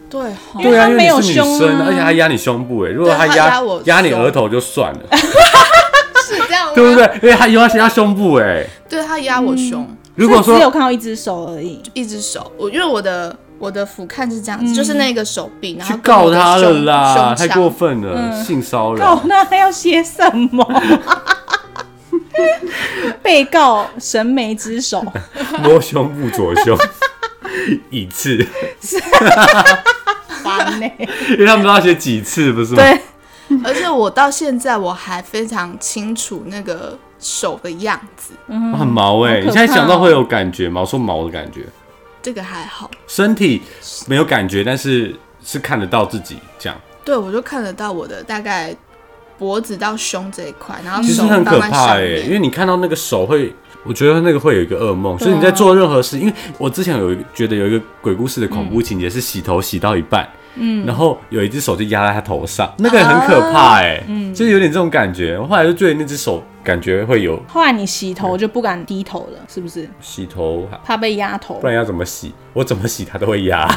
Speaker 4: 对吼
Speaker 2: 因为
Speaker 3: 对啊，
Speaker 2: 他
Speaker 3: 因为
Speaker 2: 没有
Speaker 3: 你是女
Speaker 2: 胸啊
Speaker 3: 生，而且他压你胸部哎，如果
Speaker 4: 对他
Speaker 3: 压
Speaker 4: 压我
Speaker 3: 压你
Speaker 4: 胸
Speaker 3: 额头就算了，
Speaker 4: 是这样吗？
Speaker 3: 对不对？因为他压压胸部哎，
Speaker 4: 对他压我胸，
Speaker 3: 如果
Speaker 2: 所以只有
Speaker 3: 说啊
Speaker 2: 看到一只手而已，
Speaker 4: 一只手，我因为我的我的俯瞰是这样子，就是那个手臂，然
Speaker 3: 嗯
Speaker 4: 后
Speaker 3: 去告他了
Speaker 4: 跟
Speaker 3: 啦，
Speaker 4: 我的胸
Speaker 3: 太过。分了，性骚
Speaker 2: 告
Speaker 3: 扰。
Speaker 2: 那还要写什么？ 被告神眉 之手，
Speaker 3: 摸胸部左胸一次，
Speaker 2: 烦呢、
Speaker 3: 因为他们都要写几次不是吗？
Speaker 2: 对，
Speaker 4: 胸腔而且我到现在我还非常清楚那个手的样子，
Speaker 3: 哇很毛哎、
Speaker 2: 好可
Speaker 3: 你现在想
Speaker 2: 怕
Speaker 3: 到
Speaker 2: 哦
Speaker 3: 会有感觉吗？我说毛的感觉，
Speaker 4: 这个还好。
Speaker 3: 身体没有感觉，但是是看得到自己这样，
Speaker 4: 对，我就看得到我的大概脖子到胸这一块，然后
Speaker 3: 其实
Speaker 4: 手
Speaker 3: 很
Speaker 4: 放
Speaker 3: 可
Speaker 4: 在
Speaker 3: 怕
Speaker 4: 上
Speaker 3: 哎、
Speaker 4: 面。
Speaker 3: 因为你看到那个手会。我觉得那个会有一个噩梦，所以你在做任何事，因为我之前有一觉得有一个鬼故事的恐怖情节是洗头洗到一半，嗯，然后有一只手就压在他头上，那个很可怕哎、嗯，就是有点这种感觉。我后来就对那只手感觉会有
Speaker 2: 后来你洗头就不敢低头了，是不是？
Speaker 3: 洗头，
Speaker 2: 怕被压头
Speaker 3: 不，然要怎么洗？我怎么洗它都会压，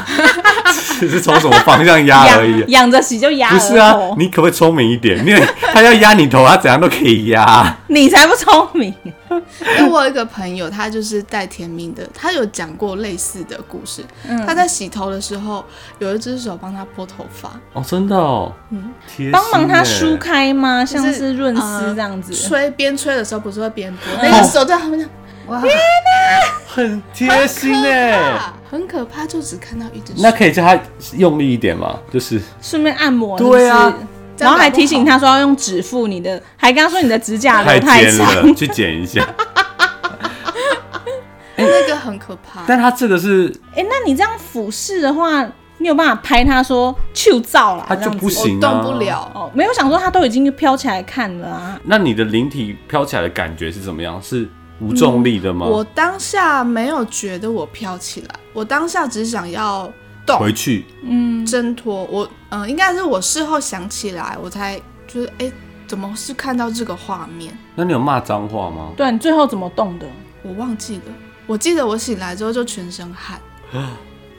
Speaker 3: 只是从什么方向 压而已
Speaker 2: 仰。仰着洗就压
Speaker 3: 不是啊
Speaker 2: 额头，
Speaker 3: 你可不可以聪明一点？因为他要压你头，他怎样都可以压。
Speaker 2: 你才不聪明。
Speaker 4: 因为我有一个朋友，他就是带甜蜜的，他有讲过类似的故事。
Speaker 2: 嗯
Speaker 4: 他在洗头的时候，有一只手帮他拨头发，
Speaker 3: 哦，真的哦，嗯，
Speaker 2: 帮忙他梳开吗？像
Speaker 4: 就是
Speaker 2: 润
Speaker 4: 呃
Speaker 2: 丝这样子，嗯
Speaker 4: 吹边吹的时候不是会边拨，那个手在旁边这 样，哇，
Speaker 3: 很贴心哎。
Speaker 4: 啊很可怕，就只看到一只手
Speaker 3: 那。可以叫他用力一点嘛？就是
Speaker 2: 顺便按摩，
Speaker 3: 对啊
Speaker 2: 是不是然后还提醒他说要用指腹，你的还跟他说你的指甲
Speaker 3: 太
Speaker 2: 留太
Speaker 3: 尖
Speaker 2: 长，
Speaker 3: 了， 去剪一下。
Speaker 4: 那个很可怕。
Speaker 3: 但他这个是
Speaker 2: 哎、那你这样俯视的话，你有办法拍他说去照啦？
Speaker 3: 他就
Speaker 2: 这样子
Speaker 3: 不行啊
Speaker 4: 我动不了，
Speaker 2: 哦，没有想说他都已经飘起来看了啊。
Speaker 3: 那你的灵体飘起来的感觉是怎么样？是无重力的吗？
Speaker 4: 嗯我当下没有觉得我飘起来，我当下只想要
Speaker 3: 回
Speaker 4: 动
Speaker 3: 去
Speaker 4: 挣脱。我嗯、呃应该是我事后想起来，我才就是哎、怎么是看到这个画面？
Speaker 3: 那你有骂脏话吗？
Speaker 2: 对你最后怎么动的？
Speaker 4: 我忘记了。我记得我醒来之后就全身汗，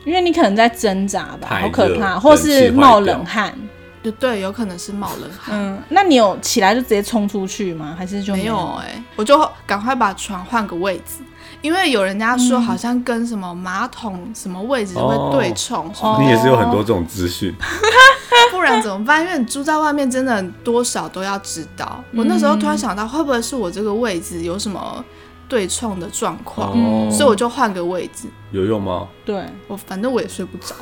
Speaker 2: 因为你可能在挣扎吧，
Speaker 3: 太
Speaker 2: 好可怕，
Speaker 3: 热
Speaker 2: 或
Speaker 3: 冷气
Speaker 2: 是
Speaker 3: 坏
Speaker 2: 冒
Speaker 3: 掉
Speaker 2: 冷汗。
Speaker 4: 就对，有可能是冒冷汗。
Speaker 2: 嗯，那你有起来就直接冲出去吗？还是就
Speaker 4: 没
Speaker 2: 有？
Speaker 4: 有哎、我就赶快把床换个位置，因为有人家
Speaker 2: 嗯
Speaker 4: 说好像跟什么马桶什么位置就
Speaker 3: 哦
Speaker 4: 会对冲什么
Speaker 2: 哦
Speaker 3: 你也是有很多这种资讯，
Speaker 4: 不然怎么办？因为你住在外面，真的多少都要知道。
Speaker 2: 嗯
Speaker 4: 我那时候突然想到，会不会是我这个位置有什么对冲的状况？
Speaker 3: 哦
Speaker 4: 嗯所以我就换个位置。
Speaker 3: 有用吗？
Speaker 2: 对，
Speaker 4: 我反正我也睡不着。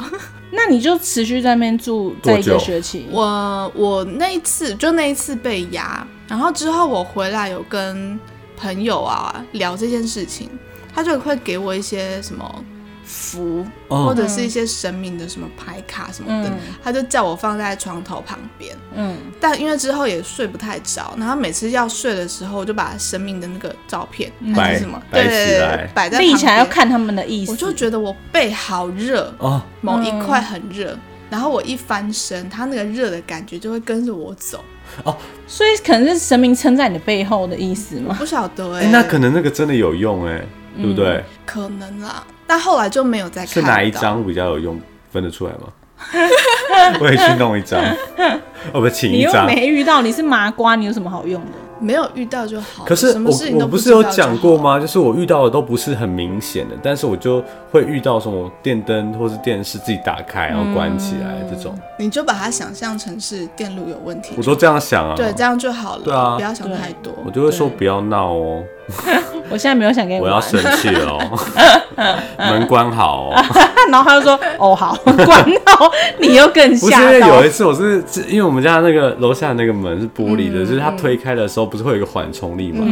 Speaker 2: 那你就持续在那边住在一
Speaker 3: 多久
Speaker 2: 个学期。
Speaker 4: 我我那一次就那一次被压，然后之后我回来有跟朋友啊聊这件事情，他就会给我一些什么符，
Speaker 3: 哦
Speaker 4: 或者是一些神明的什么牌卡什么的，
Speaker 2: 嗯
Speaker 4: 他就叫我放在床头旁边。
Speaker 2: 嗯，
Speaker 4: 但因为之后也睡不太着，然后每次要睡的时候，我就把神明的那个照片还
Speaker 3: 摆
Speaker 4: 是什么，
Speaker 3: 摆
Speaker 4: 对
Speaker 3: 起
Speaker 4: 对对
Speaker 3: 来
Speaker 4: 对，摆在
Speaker 2: 立起来要
Speaker 4: 旁边，
Speaker 2: 看他们的意思。
Speaker 4: 我就觉得我背好热，
Speaker 3: 哦，
Speaker 4: 某一块很热，然后我一翻身，它那个热的感觉就会跟着我走，
Speaker 2: 所以可能是神明撑在你的背后的意思吗？
Speaker 4: 不晓得哎、
Speaker 3: 哎、那可能那个真的有用哎、对不对？
Speaker 4: 可能啦，但后来就没有再看
Speaker 3: 是哪一
Speaker 4: 到？
Speaker 3: 张比较有用？分得出来吗？ 我也去弄一张，哦不，请
Speaker 2: 你
Speaker 3: 一
Speaker 2: 又
Speaker 3: 张。
Speaker 2: 没遇到，你是麻瓜，你有什么好用的？
Speaker 4: 没有遇到就好了。
Speaker 3: 可是
Speaker 4: 哦什么
Speaker 3: 我
Speaker 4: 事情
Speaker 3: 我
Speaker 4: 都
Speaker 3: 不是
Speaker 4: 知道
Speaker 3: 有
Speaker 4: 就好
Speaker 3: 讲过？吗？就是我遇到的都不是很明显的，但是我就会遇到什么电灯或是电视自己打开然后关起来
Speaker 4: 嗯
Speaker 3: 这种。
Speaker 4: 你就把它想象成是电路有问题
Speaker 3: 我，都这样想啊，
Speaker 4: 对，这样就好了。
Speaker 3: 对啊
Speaker 4: 不要想太多。
Speaker 3: 我就会说不要闹哦，
Speaker 2: 我现在没有想跟你
Speaker 3: 我
Speaker 2: 玩。
Speaker 3: 要生气了哦， 门关好哦。
Speaker 2: 然后他就说：“ 哦，好，关到你又更
Speaker 3: 不是
Speaker 2: 吓
Speaker 3: 因为
Speaker 2: 到。
Speaker 3: 有一次我是是因为我们家那个楼下那个门是玻璃的，
Speaker 2: 嗯
Speaker 3: 就是它推开的时候不是会有一个缓冲力嘛？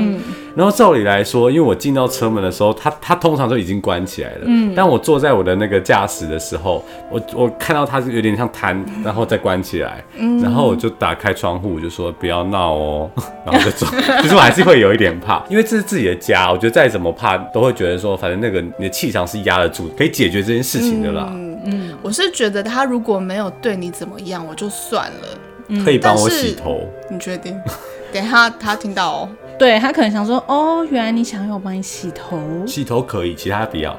Speaker 3: 然后照理来说，因为我进到车门的时候，它它通常都已经关起来了。
Speaker 2: 嗯
Speaker 3: 但我坐在我的那个驾驶的时候，我我看到它是有点像弹，然后再关起来，
Speaker 2: 嗯
Speaker 3: 然后我就打开窗户，我就说不要闹哦， 然后就走。其实我还是会有一点怕，因为这是自己的家，我觉得再怎么怕都会觉得说，反正那个你的气场是压得住，可以解决这件事情的啦。
Speaker 4: 嗯，我是觉得他如果没有对你怎么样，我就算了。
Speaker 3: 可以帮
Speaker 4: 但
Speaker 3: 我
Speaker 4: 是
Speaker 3: 洗头。
Speaker 4: 你确 定？等一下他听到哦。
Speaker 2: 对他可能想说，哦，原来你想要我帮你洗头，
Speaker 3: 洗头可以，其他不要。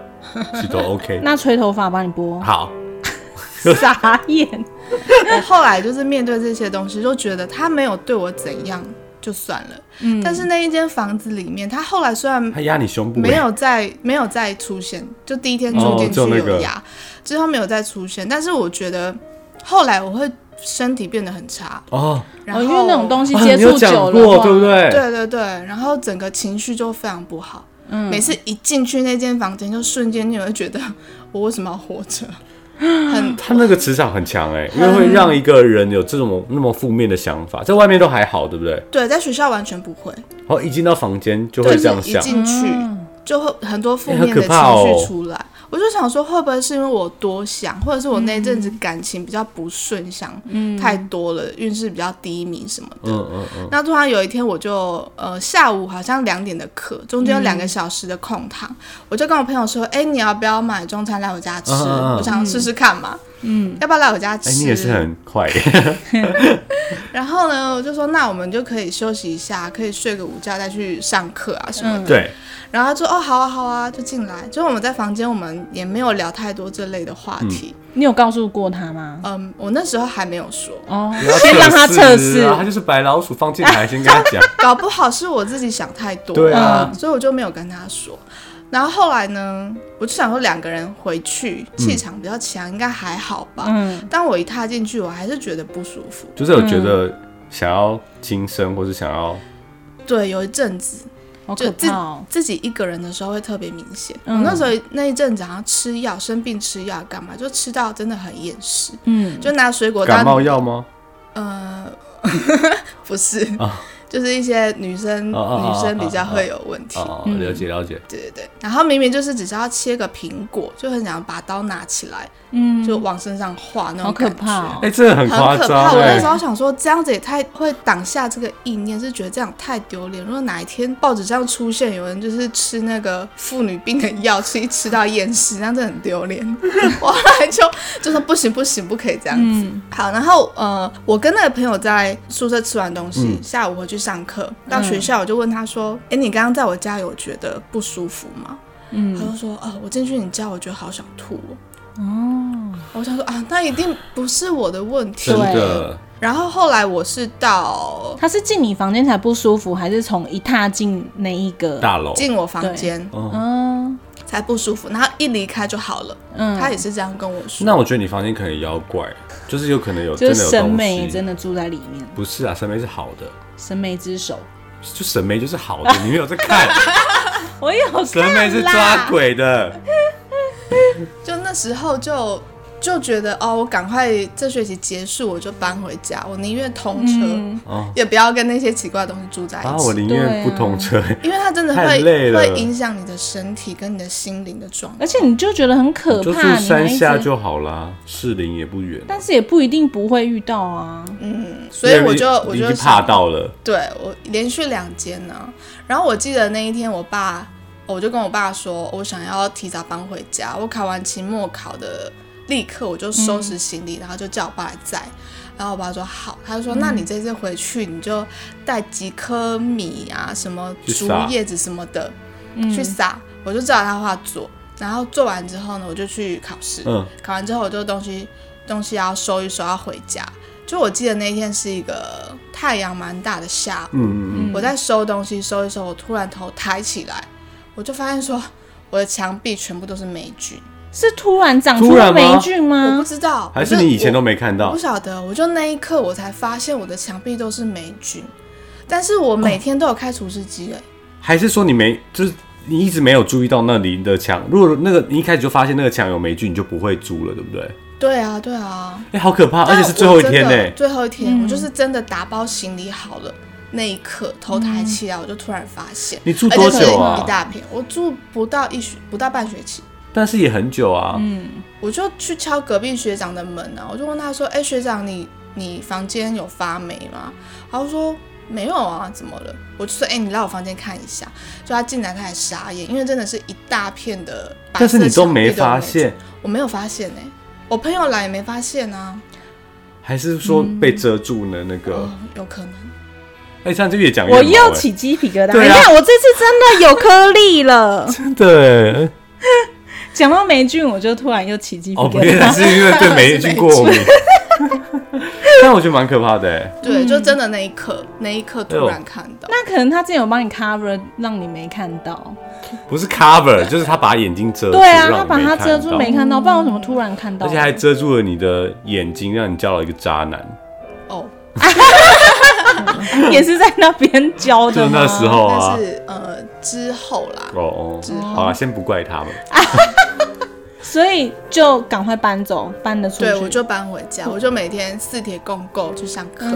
Speaker 3: 洗头 OK，
Speaker 2: 那吹头发帮你 拨，
Speaker 3: 好，
Speaker 2: 傻眼。
Speaker 4: 我后来就是面对这些东西，就觉得他没有对我怎样就算了。嗯，但是那一间房子里面，他后来虽然
Speaker 3: 他压你胸部欸
Speaker 4: 没有再没有再出现，就第一天住进去
Speaker 3: 哦就那个
Speaker 4: 有牙，之后没有再出现。但是我觉得后来我会身体变得很差，
Speaker 3: 哦，
Speaker 4: 然后、
Speaker 2: 哦，因为那种东西
Speaker 3: 啊
Speaker 2: 接
Speaker 3: 你有
Speaker 2: 触
Speaker 3: 讲
Speaker 2: 久了
Speaker 3: 过
Speaker 2: 的话，
Speaker 3: 对不对？
Speaker 4: 对对对，然后整个情绪就非常不好。嗯，每次一进去那间房间，就瞬间你会觉得 我为什么要活 着？很
Speaker 3: 他那个磁场很强哎、因为会让一个人有这种那么负面的想法，在外面都还好，对不对？
Speaker 4: 对，在学校完全不会，
Speaker 3: 然后一进到房间就
Speaker 4: 就
Speaker 3: 会这
Speaker 4: 是
Speaker 3: 样
Speaker 4: 一
Speaker 3: 想，
Speaker 4: 进去就会很多负
Speaker 3: 哎
Speaker 4: 面
Speaker 3: 很
Speaker 4: 的
Speaker 3: 可怕
Speaker 4: 情
Speaker 3: 哦
Speaker 4: 绪出来。我就想说，会不会是因为我多想，或者是我那阵子感情比较不顺，想、太多了，运势比较低迷什么的。
Speaker 3: 嗯嗯嗯，
Speaker 4: 那突然有一天，我就呃下午好像两点的课，中间有两个小时的空堂，我就跟我朋友说：“哎、你要不要买中餐来我家吃？
Speaker 3: 嗯嗯嗯
Speaker 4: 我想试试看嘛。嗯，要不要来我家吃？
Speaker 3: 哎、你也是很快、
Speaker 4: 然后呢，我就说那我们就可以休息一下，可以睡个午觉再去上课啊什么的。
Speaker 3: 对，
Speaker 4: 然后他说：“哦，好啊，好啊，就进来。”就是我们在房间，我们也没有聊太多这类的话题。
Speaker 2: 你有告诉过他吗？
Speaker 4: 嗯我那时候还没有说，
Speaker 2: 哦
Speaker 3: 你要，
Speaker 2: 先让他测试
Speaker 3: 啊，他就是白老鼠放进来，先跟他讲，
Speaker 4: 搞不好是我自己想太多，
Speaker 3: 对啊
Speaker 4: 所以我就没有跟他说。然后后来呢，我就想说两个人回去气场比较强，应该还好吧。
Speaker 2: 嗯，
Speaker 4: 当我一踏进去，我还是觉得不舒服。
Speaker 3: 就是有觉得想要轻生，或是想要
Speaker 4: 对，有一阵子
Speaker 2: 好
Speaker 4: 就
Speaker 2: 可
Speaker 4: 自
Speaker 2: 怕哦。
Speaker 4: 自己一个人的时候会特别明显。
Speaker 2: 嗯
Speaker 4: 我那时候那一阵子好像吃药，生病吃药干嘛，就吃到真的很厌食，
Speaker 2: 嗯，
Speaker 4: 就拿水果
Speaker 3: 感
Speaker 4: 当
Speaker 3: 冒药吗？
Speaker 4: 呃，不是，
Speaker 3: 啊
Speaker 4: 就是一些女生、
Speaker 3: 哦哦哦
Speaker 4: 女生比较
Speaker 3: 哦哦
Speaker 4: 会有问题。
Speaker 3: 哦，
Speaker 2: 嗯
Speaker 3: 了解了解，
Speaker 4: 对对对，然后明明就是只是要切个苹果，就很想把刀拿起来，
Speaker 2: 嗯，
Speaker 4: 就往身上划那
Speaker 2: 好
Speaker 4: 种
Speaker 2: 可
Speaker 4: 感觉，
Speaker 2: 怕哦
Speaker 3: 哎、。这很
Speaker 4: 很
Speaker 3: 夸
Speaker 4: 可
Speaker 3: 张
Speaker 4: 怕。我那
Speaker 3: 哎
Speaker 4: 时，候想说，这样子也太会挡下这个意念，是觉得这样太丢脸。如果哪一天报纸上出现有人就是吃那个妇女病的药，吃一吃到厌食，那真的很丢脸。 我后来就就说不行不行，不可以这样子。
Speaker 2: 嗯
Speaker 4: 好，然后呃，我跟那个朋友在宿舍吃完东西，
Speaker 3: 嗯
Speaker 4: 下午回去上课，到学校我就问他说：“哎、你刚刚在我家有觉得不舒服吗？”嗯，他就说：“哦，我进去你家，我觉得好想吐哦。”哦，我想说啊，那一定不是我的问题。
Speaker 3: 真的，
Speaker 4: 然后后来我是到
Speaker 2: 他是进你房间才不舒服，还是从一踏进那一个？
Speaker 3: 大楼，
Speaker 4: 进我房间
Speaker 2: 嗯
Speaker 4: 才不舒服，然后一离开就好了。
Speaker 2: 嗯，
Speaker 4: 他也是这样跟我说。
Speaker 3: 那我觉得你房间可能妖怪，就是有可能有真
Speaker 2: 就
Speaker 3: 的
Speaker 2: 是
Speaker 3: 有
Speaker 2: 审
Speaker 3: 东
Speaker 2: 美
Speaker 3: 西，
Speaker 2: 真的住在里面，
Speaker 3: 不是啊，审美是好的。
Speaker 2: 审美之手。
Speaker 3: 就审美就是好的，你没有在看，
Speaker 2: 我有
Speaker 3: 审美是抓鬼 的，
Speaker 4: 就那时候就就觉得哦，我赶快这学期结束我就搬回家，我宁愿通车，
Speaker 2: 嗯
Speaker 3: 哦
Speaker 4: 也不要跟那些奇怪的东西住在一起。
Speaker 3: 啊，我宁愿不通车，
Speaker 4: 因为它真的
Speaker 3: 太
Speaker 4: 会
Speaker 3: 累了
Speaker 4: 会影响你的身体跟你的心灵的状态
Speaker 2: 而。且你就觉得很可
Speaker 3: 就
Speaker 2: 怕，
Speaker 3: 住
Speaker 2: 你还
Speaker 3: 山
Speaker 2: 一
Speaker 3: 下
Speaker 2: 直，
Speaker 3: 就好啦，士林也不远，
Speaker 2: 但是也不一定不会遇到啊。
Speaker 3: 嗯
Speaker 4: 所以我就
Speaker 3: 因为
Speaker 4: 我
Speaker 3: 你已
Speaker 4: 就
Speaker 3: 经
Speaker 4: 想
Speaker 3: 怕到了，
Speaker 4: 对我连续两间呢、然后我记得那一天，我爸我就跟我爸说，我想要提早搬回家。我考完期末考的，立刻我就收拾行李，然后就叫我爸来载。
Speaker 2: 嗯
Speaker 4: 然后我爸说好，他就说、那你这次回去你就带几颗米啊，什么
Speaker 3: 去
Speaker 4: 竹
Speaker 3: 撒
Speaker 4: 叶子什么的
Speaker 2: 嗯
Speaker 4: 去撒。我就照他话做，然后做完之后呢，我就去考试。
Speaker 3: 嗯，
Speaker 4: 考完之后，我就东西东西要收一收，要回家。就我记得那一天是一个太阳蛮大的下午，
Speaker 3: 嗯嗯
Speaker 4: 我在收东西收一收，我突然头抬起来，我就发现说我的墙壁全部都是霉菌，
Speaker 2: 是突然长
Speaker 3: 突
Speaker 2: 出
Speaker 3: 然吗
Speaker 2: 霉菌
Speaker 4: 我
Speaker 2: 吗
Speaker 4: 不？知道，
Speaker 3: 嗯还是你以前都
Speaker 4: 没
Speaker 3: 没看
Speaker 4: 我
Speaker 3: 到
Speaker 4: 不，晓得，我就那一刻我才发现我的墙壁都是霉菌，但是我
Speaker 3: 哦
Speaker 4: 每天都有开除湿机、欸，
Speaker 3: 还是说你没就是。你一直没有注意到那里的墙，如果那个你一开始就发现那个墙有霉菌，你就不会租了，对不对？
Speaker 4: 对啊，对啊，
Speaker 3: 哎、好可怕，而且是最后一天呢、嗯
Speaker 4: 但我真的最后一天，我就是真的打包行李好了，那一刻头抬
Speaker 3: 嗯
Speaker 4: 起来，我就突然发现。
Speaker 3: 你住
Speaker 4: 而且
Speaker 3: 多
Speaker 4: 是
Speaker 3: 久
Speaker 4: 一
Speaker 3: 啊？
Speaker 4: 大片，我住不到一学，不到半学期，
Speaker 3: 但是也很久啊。
Speaker 2: 嗯
Speaker 4: 我就去敲隔壁学长的门啊，我就问他说：“哎、学长，你你房间有发霉吗？”然后说：“没有啊，怎么了？”我就说：“哎、你来我房间看一下。”就他进来，他还傻眼，因为真的是一大片的白
Speaker 3: 但
Speaker 4: 色
Speaker 3: 是
Speaker 4: 墙壁都有霉
Speaker 3: 你
Speaker 4: 菌。
Speaker 3: 都没发现，
Speaker 4: 我没有发现呢、我朋友来也没发现啊，
Speaker 3: 还是说被遮住呢？那个，
Speaker 4: 哦有可能。
Speaker 3: 哎、这样就越讲越毛
Speaker 2: 嗯我
Speaker 3: 哎
Speaker 2: 又起鸡皮疙瘩。
Speaker 3: 对啊
Speaker 2: 你看，我这次真的有颗粒 了。
Speaker 3: 真的哎
Speaker 2: 讲到霉菌，我就突然又起鸡皮
Speaker 3: 哦，不
Speaker 2: 疙
Speaker 3: 原来
Speaker 2: 瘩。
Speaker 3: 是因为对霉菌过 敏，但我觉得蛮可怕的哎。
Speaker 4: 对，就真的那一刻，那一刻突然看到，
Speaker 2: 那可能他之前有帮你 cover，让你没看到。
Speaker 3: 不是 cover，就是他把眼睛遮住，
Speaker 2: 对啊，
Speaker 3: 让
Speaker 2: 他
Speaker 3: 你
Speaker 2: 把它
Speaker 3: 看
Speaker 2: 遮住
Speaker 3: 到
Speaker 2: 没看到，不然我怎么突然看到？
Speaker 3: 而且还遮住了你的眼睛，让你交到一个渣男。
Speaker 4: 哦，
Speaker 2: 也是在那边教
Speaker 3: 就
Speaker 2: 的
Speaker 3: 是
Speaker 2: 吗
Speaker 3: 那时候啊
Speaker 4: 但，是呃之后啦，
Speaker 3: 哦
Speaker 4: 之
Speaker 3: 哦，
Speaker 4: 后
Speaker 3: 好了，先不怪他们。
Speaker 2: 所以就赶快搬走，搬得出去。
Speaker 4: 对我就搬回
Speaker 3: 嗯
Speaker 4: 家，我就每天四铁共构去上课，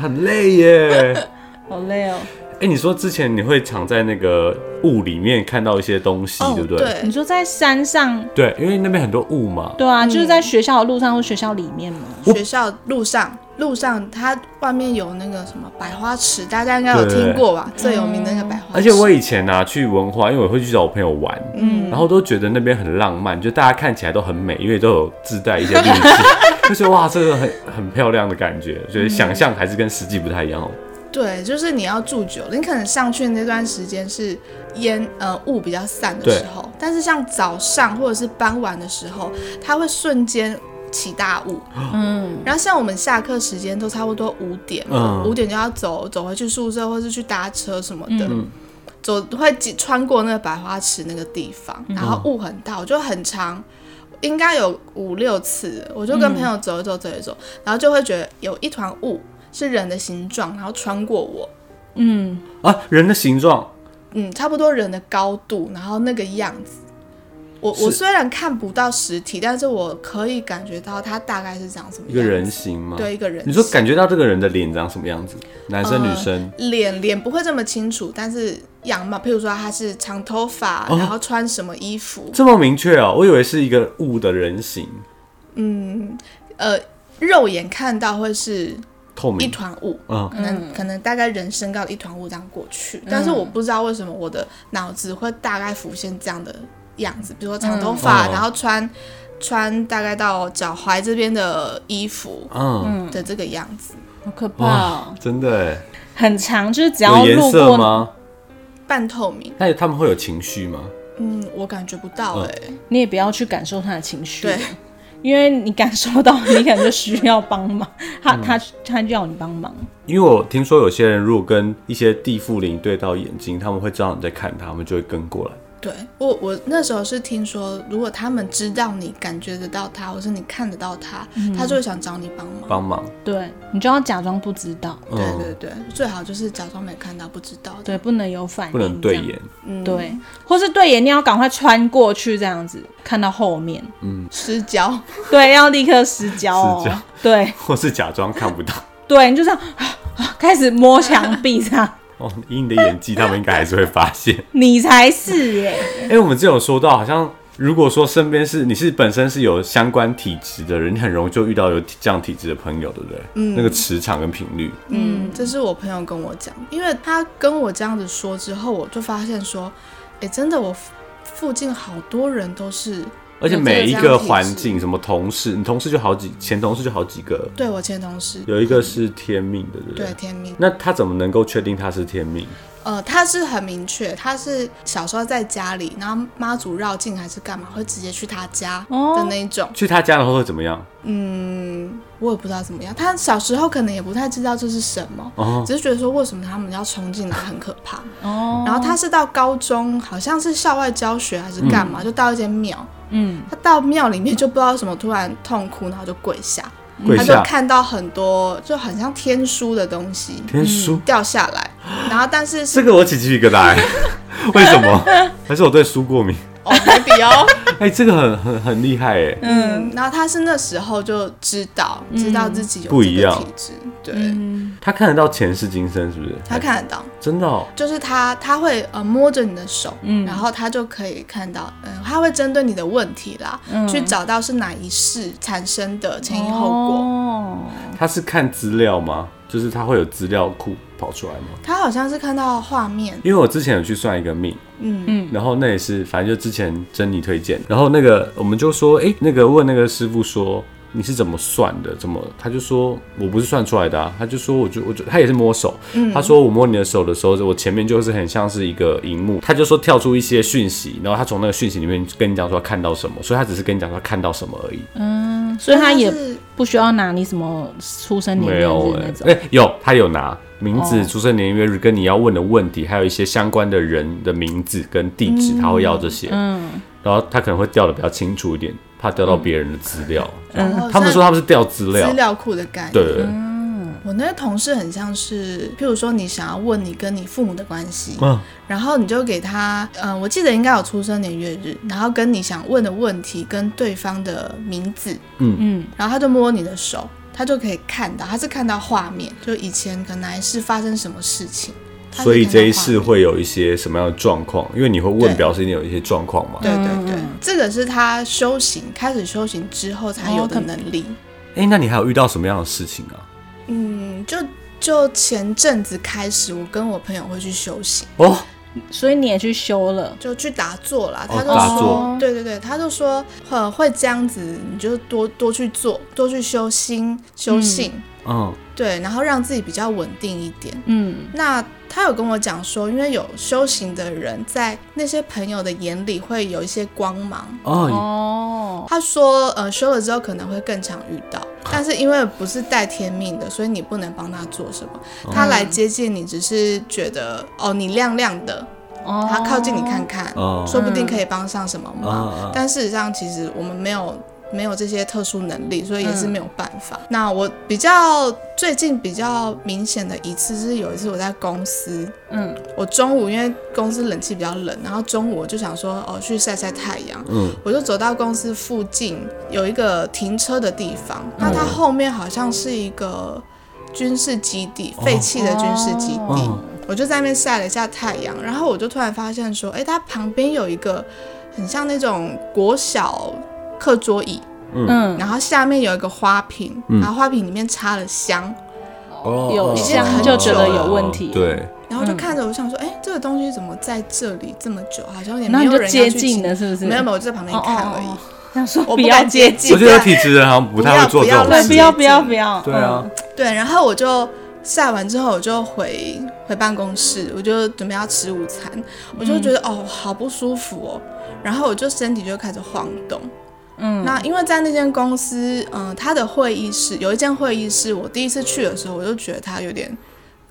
Speaker 3: 很累耶。
Speaker 2: 好累哦。
Speaker 3: 哎、你说之前你会藏在那个雾里面看到一些东西，
Speaker 4: 哦
Speaker 3: 对不对？
Speaker 2: 你
Speaker 4: 对，
Speaker 2: 说在山上，
Speaker 3: 对，因为那边很多雾嘛。
Speaker 2: 对
Speaker 4: 嗯
Speaker 2: 啊，就是在学校的路上或学校里面嘛。
Speaker 4: 学校路上路上它外面有那个什么百花池，大家应该有
Speaker 3: 对
Speaker 4: 听过吧？最有名的那个百花池，
Speaker 3: 而且我以前呢、啊、去文化，因为我会去找我朋友玩，嗯，然后都觉得那边很浪漫，就大家看起来都很美，因为都有自带一些滤镜，就是哇，这个很很漂亮的感觉，觉得想象还是跟实际不太一样哦。
Speaker 4: 对，就是你要住久，你可能上去那段时间是烟呃雾比较散的时候，但是像早上或者是傍晚的时候，它会瞬间起大雾。
Speaker 3: 哦
Speaker 2: 嗯，
Speaker 4: 然后像我们下课时间都差不多五点嘛，
Speaker 3: 嗯
Speaker 4: 五、点就要走走回去宿舍或是去搭车什么的。
Speaker 3: 嗯
Speaker 4: 走会经穿过那个百花池那个地方，然后雾很大，我就很长，应该有五六次了，我就跟朋友走一走走一走，然后就会觉得有一团雾是人的形状，然后穿过我，
Speaker 3: 啊，人的形状
Speaker 4: 嗯，差不多人的高度，然后那个样子。我我虽然看不到实体，但是我可以感觉到它大概是长什么
Speaker 3: 一个
Speaker 4: 样子
Speaker 3: 人形吗？
Speaker 4: 对一个人
Speaker 3: 你说
Speaker 4: 形
Speaker 3: 感觉到这个人的脸长什么样子？男生、女
Speaker 4: 呃
Speaker 3: 生？
Speaker 4: 脸脸不会这么清楚，但是样貌，譬如说他是长头发，
Speaker 3: 哦
Speaker 4: 然后穿什么衣服，
Speaker 3: 这么明确哦，我以为是一个物的人形，
Speaker 4: 呃，肉眼看到会是
Speaker 3: 透
Speaker 4: 一
Speaker 3: 明。
Speaker 4: 团雾，
Speaker 3: 嗯
Speaker 4: 可能可能大概人身高的一团雾这样过去，但是我不知道为什么我的脑子会大概浮现这样的样子，比如说长头
Speaker 3: 嗯
Speaker 4: 发，
Speaker 3: 哦
Speaker 4: 然后穿穿大概到脚踝这边的衣服
Speaker 3: 嗯，
Speaker 4: 的这个样子，
Speaker 2: 好可怕
Speaker 3: 哇
Speaker 2: 哦，，
Speaker 3: 真的哎，
Speaker 2: 很长，就是只要
Speaker 3: 有颜
Speaker 2: 路
Speaker 3: 色
Speaker 2: 过，
Speaker 3: 吗？
Speaker 4: 半透明，
Speaker 3: 那他们会有情绪吗？
Speaker 4: 嗯，我感觉不到哎、
Speaker 2: 你也不要去感受他的情绪，
Speaker 4: 对，
Speaker 2: 因为你感受到，你可能就需要帮忙，他
Speaker 3: 嗯
Speaker 2: 他他就要你帮忙，
Speaker 3: 因为我听说有些人如果跟一些地缚灵对到眼睛，他们会知道你在看他，他们就会跟过来。
Speaker 4: 对我，我那时候是听说，如果他们知道你感觉得到他，或是你看得到他，
Speaker 3: 嗯
Speaker 4: 他就会想找你帮忙。
Speaker 3: 帮忙，
Speaker 2: 对你就要假装不知道，
Speaker 3: 嗯
Speaker 4: 对对对，最好就是假装没看到，不知道。嗯
Speaker 2: 对，不能有反应，
Speaker 3: 不能对眼，嗯
Speaker 2: 这样，对，嗯或是对眼你要赶快穿过去，这样子看到 后面，
Speaker 4: 失焦，
Speaker 2: 对，要立刻失焦哦
Speaker 3: 失焦，
Speaker 2: 对
Speaker 3: 或是假装看不到。
Speaker 2: 对，你就这样、啊啊开始摸墙壁这 样，
Speaker 3: 哦，以你的演技，他们应该还是会发 现。
Speaker 2: 你才是耶，
Speaker 3: 哎、我们之前有说到，好像如果说身边是你是本身是有相关体质的人，你很容易就遇到有这样体质的朋友，对不对？嗯，那个磁场跟频率，
Speaker 4: 嗯，这是我朋友跟我讲，因为他跟我这样子说之后，我就发现说，哎、真的我附附近好多人都是，
Speaker 3: 而且
Speaker 4: 有这
Speaker 3: 每一
Speaker 4: 这
Speaker 3: 个
Speaker 4: 样体质
Speaker 3: 环，境，什么同事，你同事就好几，前同事就好几个，
Speaker 4: 对我前同事，
Speaker 3: 有一个是天命的，对不对？
Speaker 4: 对天命，
Speaker 3: 那他怎么能够确定他是天命？
Speaker 4: 呃，他是很明确，他是小时候在家里，然后妈祖绕境还是干嘛，会直接去他家
Speaker 2: 哦
Speaker 4: 的那一种。
Speaker 3: 去他家然后会怎么样？
Speaker 4: 嗯，我也不知道怎么样。他小时候可能也不太知道这是什么，
Speaker 3: 哦
Speaker 4: 只是觉得说为什么他们要冲进来很可怕。
Speaker 2: 哦，
Speaker 4: 然后他是到高中，好像是校外教学还是
Speaker 3: 嗯
Speaker 4: 干嘛，就到一间庙，
Speaker 2: 嗯，
Speaker 4: 他到庙里面就不知道什么，突然痛哭，然后就跪下，
Speaker 3: 跪
Speaker 4: 他就
Speaker 3: 下，
Speaker 4: 看到很多就很像天书的东西
Speaker 3: 天书、
Speaker 4: 掉下来，然后但是是
Speaker 3: 这个我起鸡皮疙 瘩、欸，为什么？还是我对书过敏？
Speaker 4: 哦没比哦，
Speaker 3: 哎、这个很很很厉害哎、
Speaker 4: 嗯，然后他是那时候就知道知道自己有
Speaker 3: 不
Speaker 4: 这
Speaker 3: 一
Speaker 4: 个
Speaker 3: 样
Speaker 4: 体质，对、
Speaker 2: 嗯
Speaker 3: 他看得到前世今生是不是？哎
Speaker 4: 他看得到。
Speaker 3: 真的哦、
Speaker 4: 就是他他会呃摸着你的手，然后他就可以看到，嗯、他会针对你的问题啦，去找到是哪一世产生的前因后果。
Speaker 2: 哦
Speaker 3: 他是看资料吗？就是他会有资料库，跑出来吗？
Speaker 4: 他好像是看到画面，
Speaker 3: 因为我之前有去算一个命，
Speaker 4: 嗯
Speaker 3: 嗯，然后那也是反正就之前珍妮推荐，然后那个我们就说，哎、那个问那个师傅说你是怎么算的？怎么？他就说我不是算出来的、啊，他就说我就我就他也是摸手，他说我摸你的手的时候，我前面就是很像是一个荧幕，他就说跳出一些讯息，然后他从那个讯息里面跟你讲说他看到什么，所以他只是跟你讲说他看到什么而已，嗯
Speaker 2: 所以他也
Speaker 4: 但是
Speaker 2: 不需要拿你什么出生年
Speaker 3: 没
Speaker 2: 月
Speaker 3: 有
Speaker 2: 日
Speaker 3: 哎
Speaker 2: 那、种。
Speaker 3: 哎、有他有拿名字、
Speaker 2: 哦
Speaker 3: 出生年月日跟你要问的问题，还有一些相关的人的名字跟地址，他会要这些。
Speaker 2: 嗯，
Speaker 3: 然后他可能会调的比较清楚一点，怕调到别人的资
Speaker 2: 哦
Speaker 3: 料。
Speaker 4: 然后
Speaker 3: 他们说他
Speaker 4: 像
Speaker 3: 们是调资料，
Speaker 4: 资料库的概念，
Speaker 3: 对对对，
Speaker 2: 嗯
Speaker 4: 我那个同事很像是，譬如说你想要问你跟你父母的关系，
Speaker 3: 嗯
Speaker 4: 然后你就给他，呃，我记得应该有出生年月日，然后跟你想问的问题跟对方的名字，
Speaker 3: 嗯
Speaker 4: 嗯，然后他就摸你的手，他就可以看到，他是看到画面，就以前可能来世发生什么事情，他是
Speaker 3: 所以
Speaker 4: 看到
Speaker 3: 这一
Speaker 4: 画
Speaker 3: 世
Speaker 4: 面
Speaker 3: 会有一些什么样的状况？因为你会问
Speaker 4: 对
Speaker 3: 表示你有一些状况嘛。
Speaker 4: 对对对，
Speaker 2: 嗯
Speaker 4: 这个是他修行开始修行之后才有
Speaker 2: 哦
Speaker 4: 的
Speaker 2: 可
Speaker 4: 能力。
Speaker 3: 哎、那你还有遇到什么样的事情啊？
Speaker 4: 嗯，就就前阵子开始，我跟我朋友会去修行，
Speaker 3: 哦，
Speaker 2: 所以你也去修了，
Speaker 4: 就去打坐啦。
Speaker 3: 哦
Speaker 4: 他就
Speaker 3: 打
Speaker 4: 说，
Speaker 3: 坐
Speaker 4: 对对对，他就说，呃，会这样子，你就多多去做，多去修心修性，
Speaker 3: 嗯，
Speaker 4: 对，然后让自己比较稳定一点。
Speaker 2: 嗯，
Speaker 4: 那他有跟我讲说，因为有修行的人，在那些朋友的眼里会有一些光芒，
Speaker 3: 哦，
Speaker 2: 哦，
Speaker 4: 他说，呃，修了之后可能会更常遇到，
Speaker 3: 啊
Speaker 4: 但是因为不是带天命的，所以你不能帮他做什么。
Speaker 3: 哦
Speaker 4: 他来接近你，只是觉得，哦，你亮亮的，
Speaker 2: 哦，
Speaker 4: 他靠近你看看，
Speaker 3: 哦
Speaker 4: 说不定可以帮上什么忙。
Speaker 3: 嗯
Speaker 4: 但事实上，其实我们没有。没有这些特殊能力，所以也是
Speaker 2: 嗯
Speaker 4: 没有办法。那我比较最近比较明显的一次是有一次我在公司，
Speaker 2: 嗯，
Speaker 4: 我中午因为公司冷气比较冷，然后中午我就想说哦去晒晒太阳，
Speaker 3: 嗯，
Speaker 4: 我就走到公司附近有一个停车的地方，那它后面好像是一个军事基地，废弃的军事基地。
Speaker 2: 嗯
Speaker 3: 哦
Speaker 4: 我就在那边晒了一下太阳，然后我就突然发现说，哎、它旁边有一个很像那种国小课桌椅，
Speaker 2: 嗯，
Speaker 4: 然后下面有一个花瓶，
Speaker 3: 嗯
Speaker 4: 然后花瓶里面插了香，
Speaker 2: 嗯
Speaker 3: 哦
Speaker 2: 有
Speaker 4: 已经很
Speaker 2: 就觉得
Speaker 4: 久
Speaker 2: 有
Speaker 4: 了
Speaker 2: 问题，
Speaker 3: 对，
Speaker 4: 然后就看着我想说，哎、这个东西怎么在这里这么久？好像也
Speaker 2: 然
Speaker 4: 没
Speaker 2: 后你
Speaker 4: 有
Speaker 2: 就
Speaker 4: 人要
Speaker 2: 接
Speaker 4: 去
Speaker 2: 近了，
Speaker 4: 清
Speaker 2: 是不是？
Speaker 4: 没有没有，我就在旁边看而已。
Speaker 2: 哦哦想说
Speaker 4: 我不
Speaker 2: 不要
Speaker 4: 敢
Speaker 2: 接
Speaker 4: 接
Speaker 2: 近
Speaker 4: 近，
Speaker 3: 我觉得有体质的人好像不太会做这种
Speaker 4: 不要
Speaker 2: 对，
Speaker 3: 事
Speaker 2: 不
Speaker 3: 情。
Speaker 2: 要不要不要，
Speaker 3: 对啊，
Speaker 4: 对，然后我就晒完之后，我就回回办公室，我就准备要吃午餐，我就觉得、哦，好不舒服哦，然后我就身体就开始晃动。
Speaker 2: 嗯，
Speaker 4: 那因为在那间公司，嗯、它的会议室有一间会议室，我第一次去的时候，我就觉得它有点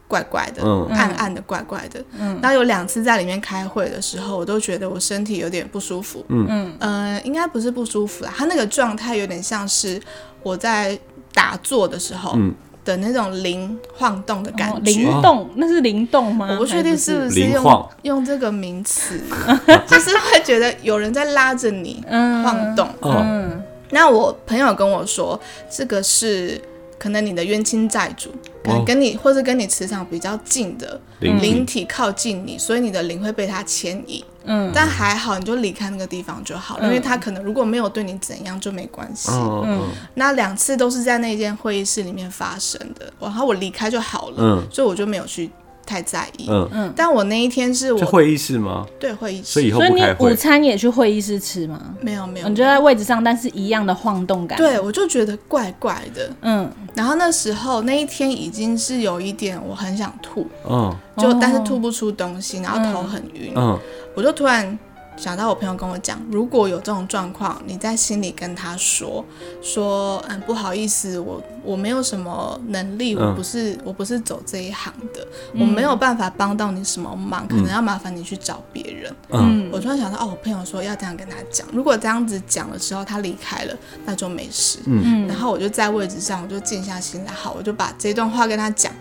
Speaker 4: 怪怪的，
Speaker 3: 嗯
Speaker 4: 暗暗的怪怪的。嗯，那有两次在里面开会的时候，我都觉得我身体有点不舒服。
Speaker 3: 嗯
Speaker 4: 嗯，呃，应该不是不舒服啦，它那个状态有点像是我在打坐的时候。
Speaker 3: 嗯
Speaker 4: 的那种灵晃动的感
Speaker 2: 哦
Speaker 4: 觉，
Speaker 2: 灵动，那是灵动吗？
Speaker 4: 我不确定
Speaker 2: 还
Speaker 4: 是不是
Speaker 3: 灵
Speaker 4: 用
Speaker 3: 晃
Speaker 4: 用这个名词， 就是会觉得有人在拉着你
Speaker 2: 嗯
Speaker 4: 晃动。
Speaker 3: 哦，
Speaker 4: 那我朋友跟我说，这个是可能你的冤亲债主，可能跟你、或者跟你磁场比较近的
Speaker 3: 哦灵
Speaker 4: 灵
Speaker 3: 体
Speaker 4: 体靠近你，所以你的灵会被它牵引。
Speaker 2: 嗯，
Speaker 4: 但还好，你就离开那个地方就好，因为他可能如果没有对你怎样就没关系。
Speaker 3: 嗯嗯
Speaker 4: 那两次都是在那间会议室里面发生的，然后我离开就好了，
Speaker 3: 嗯
Speaker 4: 所以我就没有去太在意。
Speaker 3: 嗯嗯，
Speaker 4: 但我那一天是
Speaker 3: 这
Speaker 4: 我
Speaker 3: 会议室吗？
Speaker 4: 对会议室，
Speaker 3: 所以以后
Speaker 2: 所以
Speaker 3: 不
Speaker 2: 你
Speaker 3: 开
Speaker 2: 午
Speaker 3: 会。
Speaker 2: 餐也去会议室吃吗？
Speaker 4: 没有没有，
Speaker 2: 你就在位置上，但是一样的晃动感。，
Speaker 4: 对我就觉得怪怪的。
Speaker 2: 嗯，
Speaker 4: 然后那时候那一天已经是有一点我很想吐，
Speaker 3: 嗯
Speaker 4: 就、
Speaker 2: 哦
Speaker 4: 但是吐不出东西，然后头很晕，
Speaker 3: 嗯，
Speaker 4: 我就突然想到我朋友跟我讲，如果有这种状况，你在心里跟他说说，嗯，不好意思，我我没有什么能力，我
Speaker 3: 嗯
Speaker 4: 不是、我不是走这一行的，我没有办法帮到你什么忙，可能要麻烦你去找别人。
Speaker 3: 嗯
Speaker 4: 我突然想到，哦，我朋友说要这样跟他讲，如果这样子讲了之后他离开了，那就没事。
Speaker 3: 嗯
Speaker 4: 然后我就在位置上，我就静下心来，好，我就把这段话跟他讲，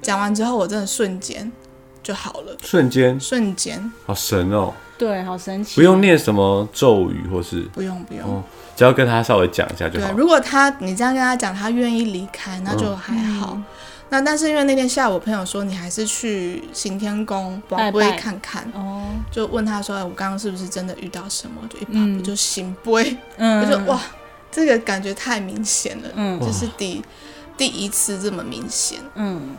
Speaker 4: 讲完之后，我真的瞬间就好了，
Speaker 3: 瞬间
Speaker 4: 瞬间
Speaker 3: 好神哦，
Speaker 2: 对，好神奇。哦
Speaker 3: 不用念什么咒语或是，
Speaker 4: 不用不用。
Speaker 3: 哦，只要跟他稍微讲一下就
Speaker 4: 对
Speaker 3: 好，。
Speaker 4: 如果他你这样跟他讲，他愿意离开，那就还好。
Speaker 2: 嗯
Speaker 4: 那但是因为那天下午，我朋友说你还是去行天宫
Speaker 2: 拜
Speaker 4: 宝龟
Speaker 2: 拜
Speaker 4: 看看，
Speaker 2: 哦，
Speaker 4: 就问他说哎我刚刚是不是真的遇到什么？就一把
Speaker 2: 嗯
Speaker 4: 我就醒杯，
Speaker 2: 嗯，
Speaker 4: 我就哇，这个感觉太明显了，
Speaker 2: 嗯
Speaker 4: 这是第第一次这么明显。
Speaker 2: 嗯，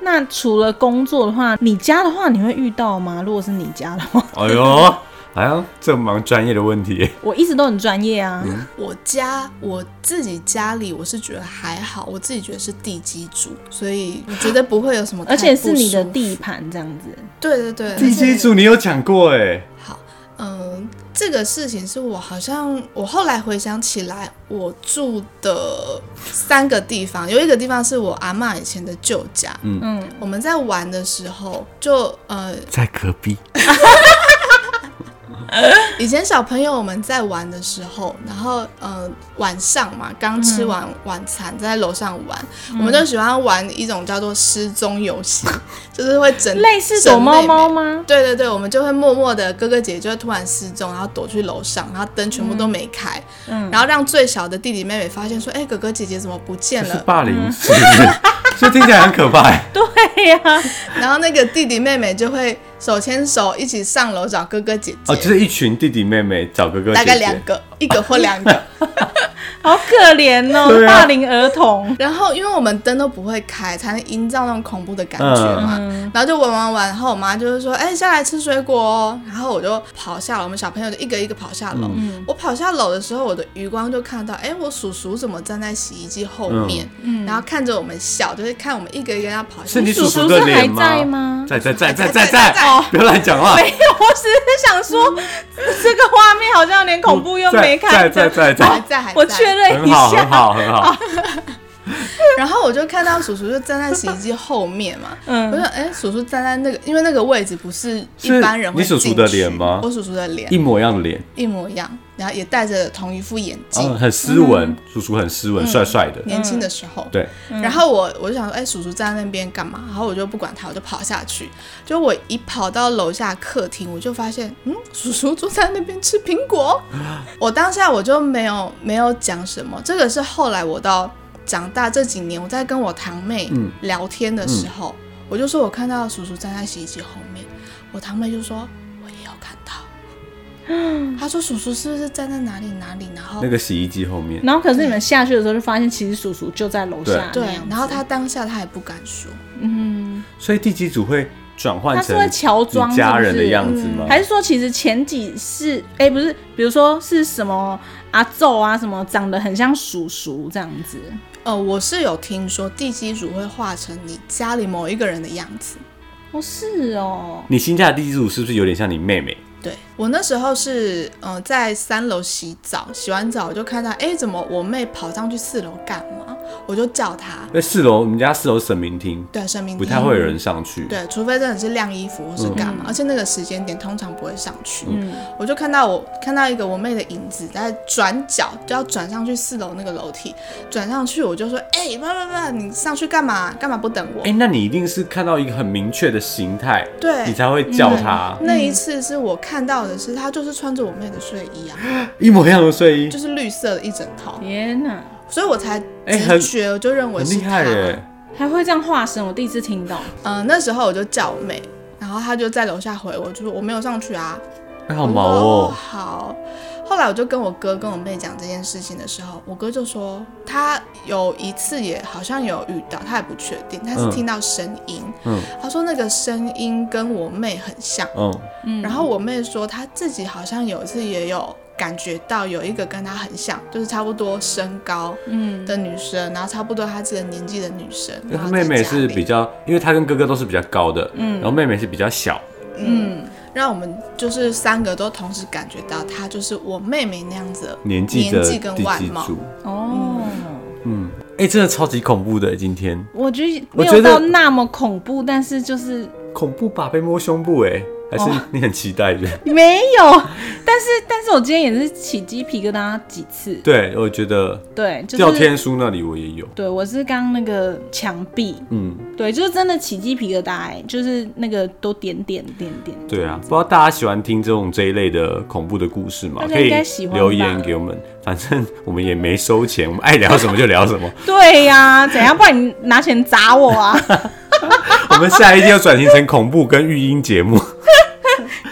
Speaker 2: 那除了工作的话，你家的话你会遇到吗？如果是你家的 话，
Speaker 3: 哎呦，哎呀，这蛮专业的问题。
Speaker 2: 我一直都很专业啊。
Speaker 3: 嗯
Speaker 4: 我家我自己家里，我是觉得还好，我自己觉得是地基主，所以我觉得不会有什么太
Speaker 2: 而
Speaker 4: 不舒服。
Speaker 2: 且是你的地盘这样子，
Speaker 4: 对对对，
Speaker 3: 地基
Speaker 4: 而且
Speaker 3: 主你有讲过哎，
Speaker 4: 好，嗯，这个事情是我好像我后来回想起来，我住的三个地方，有一个地方是我阿嬷以前的旧家，
Speaker 3: 嗯
Speaker 4: 嗯，我们在玩的时候就呃
Speaker 3: 在隔壁。
Speaker 4: 以前小朋友我们在玩的时候，然后呃晚上嘛，刚吃完
Speaker 2: 嗯
Speaker 4: 晚餐，在楼上玩，我们就喜欢玩一种叫做失踪游戏， 就是会整
Speaker 2: 类似躲猫猫。吗？
Speaker 4: 整妹妹对对对，我们就会默默的，哥哥姐姐就会突然失踪，然后躲去楼上，然后灯全部都没开，
Speaker 2: 嗯
Speaker 4: 然后让最小的弟弟妹妹发现说，哎、哥哥姐姐怎么不见
Speaker 3: 这是
Speaker 4: 了？
Speaker 3: 霸凌是不是？这听起来很可怕哎。
Speaker 2: 对呀、
Speaker 4: 然后那个弟弟妹妹就会手牵手一起上楼找哥哥姐姐，
Speaker 3: 哦，就是一群弟弟妹妹找哥哥姐姐，
Speaker 4: 大概两个，一个或两个。
Speaker 2: 好可怜哦，
Speaker 3: 对啊
Speaker 2: 霸凌儿童。
Speaker 4: 然后因为我们灯都不会开，才能营造那种恐怖的感觉嘛。
Speaker 3: 嗯
Speaker 4: 然后就玩玩玩，然后我妈就是说：“哎、下来吃水果哦。”然后我就跑下楼，我们小朋友就一个一个跑下楼。
Speaker 3: 嗯
Speaker 2: 嗯
Speaker 4: 我跑下楼的时候，我的余光就看到，哎、我叔叔怎么站在洗衣机后
Speaker 3: 嗯
Speaker 4: 面，
Speaker 2: 嗯
Speaker 4: 然后看着我们笑，就是看我们一个一个要跑下
Speaker 3: 是
Speaker 4: 来。
Speaker 3: 你
Speaker 2: 叔
Speaker 3: 叔
Speaker 2: 是
Speaker 3: 的
Speaker 2: 还
Speaker 3: 脸
Speaker 2: 在吗？
Speaker 3: 在在在在
Speaker 4: 在
Speaker 3: 在
Speaker 4: 在在
Speaker 3: 在，不要乱讲话。
Speaker 2: 没有，哎我只是想说， 这个画面好像有点恐怖，又没
Speaker 3: 在
Speaker 2: 看。
Speaker 3: 哦在在在
Speaker 4: 还
Speaker 3: 在，
Speaker 4: 在，还在。
Speaker 2: 我确认
Speaker 3: 很
Speaker 2: 一
Speaker 3: 好很
Speaker 2: 下，
Speaker 3: 好很好。
Speaker 4: 然后我就看到叔叔就站在洗衣机后面嘛，
Speaker 2: 嗯
Speaker 4: 我就哎、叔叔站在那个，因为那个位置不是一
Speaker 3: 是
Speaker 4: 般人会
Speaker 3: 你叔叔
Speaker 4: 进
Speaker 3: 的
Speaker 4: 去
Speaker 3: 脸吗
Speaker 4: 我叔叔的脸
Speaker 3: 一模一样的脸，
Speaker 4: 一模一样，然后也戴着同一副眼镜，
Speaker 3: 嗯，很斯文，叔叔很斯
Speaker 4: 嗯
Speaker 3: 文，帅帅的，
Speaker 4: 年轻的时候。
Speaker 3: 对，
Speaker 2: 嗯
Speaker 4: 然后我我就想说，哎、叔叔站在那边干嘛？然后我就不管他，我就跑下去。就我一跑到楼下客厅，我就发现，嗯，叔叔坐在那边吃苹果。我当下我就没有没有讲什么，这个是后来我到长大这几年，我在跟我堂妹
Speaker 3: 嗯
Speaker 4: 聊天的时候，我就说我看到叔叔站在洗衣机后面，我堂妹就说我也有看到。她说叔叔是不是站在哪里哪里？然后
Speaker 3: 那个洗衣机后面，
Speaker 2: 然后可是你们下去的时候就发现，其实叔叔就在楼下。
Speaker 4: 对
Speaker 2: 那样，子
Speaker 4: 然后他当下他也不敢说，
Speaker 2: 嗯，
Speaker 3: 所以地基组会转换
Speaker 2: 他是
Speaker 3: 成
Speaker 2: 会乔装
Speaker 3: 你家人的样子
Speaker 4: 是不
Speaker 3: 吗？
Speaker 2: 嗯还是说其实前几是哎、不是，比如说是什么阿奏啊，什么长得很像叔叔这样子。
Speaker 4: 呃，我是有听说地基主会化成你家里某一个人的样子。
Speaker 2: 哦，是哦，
Speaker 3: 你新嫁的地基组是不是有点像你妹妹？
Speaker 4: 对我那时候是，呃，在三楼洗澡，洗完澡我就看到，哎，怎么我妹跑上去四楼干嘛？我就叫她，
Speaker 3: 因为哎四楼，我们家四楼神明厅
Speaker 4: 对，神明
Speaker 3: 不
Speaker 4: 厅
Speaker 3: 太会有人嗯上去，
Speaker 4: 嗯对，除非真的是晾衣服或是干嘛，而且那个时间点通常不会上去。
Speaker 3: 嗯
Speaker 4: 我就看到我看到一个我妹的影子在转角，就要转上去四楼那个楼梯，转上去我就说，哎，不不不，你上去干嘛？干嘛不等我？
Speaker 3: 哎、那你一定是看到一个很明确的形态，
Speaker 4: 对嗯
Speaker 3: 你才会叫他、
Speaker 4: 那一次是我看到的是，她就是穿着我妹的睡衣啊，
Speaker 3: 一模一样的睡衣
Speaker 4: 就，是绿色的一整套，
Speaker 2: 天哪，
Speaker 4: 所以我才
Speaker 3: 哎很
Speaker 4: 直觉我就认为
Speaker 3: 很
Speaker 4: 是
Speaker 3: 厉害
Speaker 4: 她。
Speaker 3: 耶！
Speaker 2: 还会这样化身，我第一次听到。
Speaker 4: 嗯，那时候我就叫我妹，然后她就在楼下回我，就说我没有上去啊，
Speaker 3: 哎好
Speaker 4: 我
Speaker 3: 毛
Speaker 4: 说
Speaker 3: 哦、
Speaker 4: 好。后来我就跟我哥跟我妹讲这件事情的时候，我哥就说他有一次也好像有遇到，他也不确定，但是
Speaker 3: 嗯
Speaker 4: 听到声音，
Speaker 3: 嗯
Speaker 4: 他说那个声音跟我妹很像。
Speaker 3: 嗯，
Speaker 4: 然后我妹说，她自己好像有一次也有感觉到有一个跟她很像，就是差不多身高
Speaker 2: 嗯，
Speaker 4: 的女生，然后差不多她这个年纪的女生。
Speaker 3: 那
Speaker 4: 然
Speaker 3: 他
Speaker 4: 后
Speaker 3: 妹
Speaker 4: 在
Speaker 3: 妹
Speaker 4: 家
Speaker 3: 是
Speaker 4: 里
Speaker 3: 比较，因为他跟哥哥都是比较高的，嗯，然后妹妹是比较小，
Speaker 4: 嗯，让我们就是三个都同时感觉到她就是我妹妹那样子的
Speaker 3: 年纪的
Speaker 4: 年
Speaker 3: 地
Speaker 4: 纪跟外
Speaker 3: 基
Speaker 4: 貌。
Speaker 3: 组，
Speaker 2: 哦。
Speaker 3: 嗯，哎、真的超级恐怖的，今天
Speaker 2: 我觉得
Speaker 3: 我
Speaker 2: 没
Speaker 3: 觉
Speaker 2: 有
Speaker 3: 得
Speaker 2: 到那么恐怖，但是就是
Speaker 3: 恐怖吧？被摸胸部哎、还是你很期待的？
Speaker 2: 没有。但是，但是我今天也是起鸡皮疙瘩几次。
Speaker 3: 对，我觉得
Speaker 2: 对，就是
Speaker 3: 掉天书那里我也有，
Speaker 2: 对，我是刚那个墙壁，
Speaker 3: 嗯。
Speaker 2: 对，就是真的起鸡皮疙瘩、欸，就是那个都点点点点。
Speaker 3: 对啊，不知道大家喜欢听这种这一类的恐怖的故事吗？
Speaker 2: 大家
Speaker 3: 可以
Speaker 2: 应该喜欢吧
Speaker 3: 留言给我们，反正我们也没收钱，我们爱聊什么就聊什么。
Speaker 2: 对呀、怎样？不然你拿钱砸我啊！
Speaker 3: 我们下一季要转型成恐怖跟育婴节目。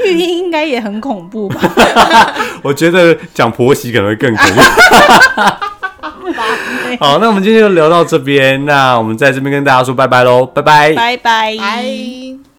Speaker 2: 育婴应该也很恐怖吧？
Speaker 3: 我觉得讲婆媳可能会更恐怖。好，那我们今天就聊到这边，那我们在这边跟大家说拜拜喽，拜拜。
Speaker 2: 拜拜。
Speaker 4: 拜。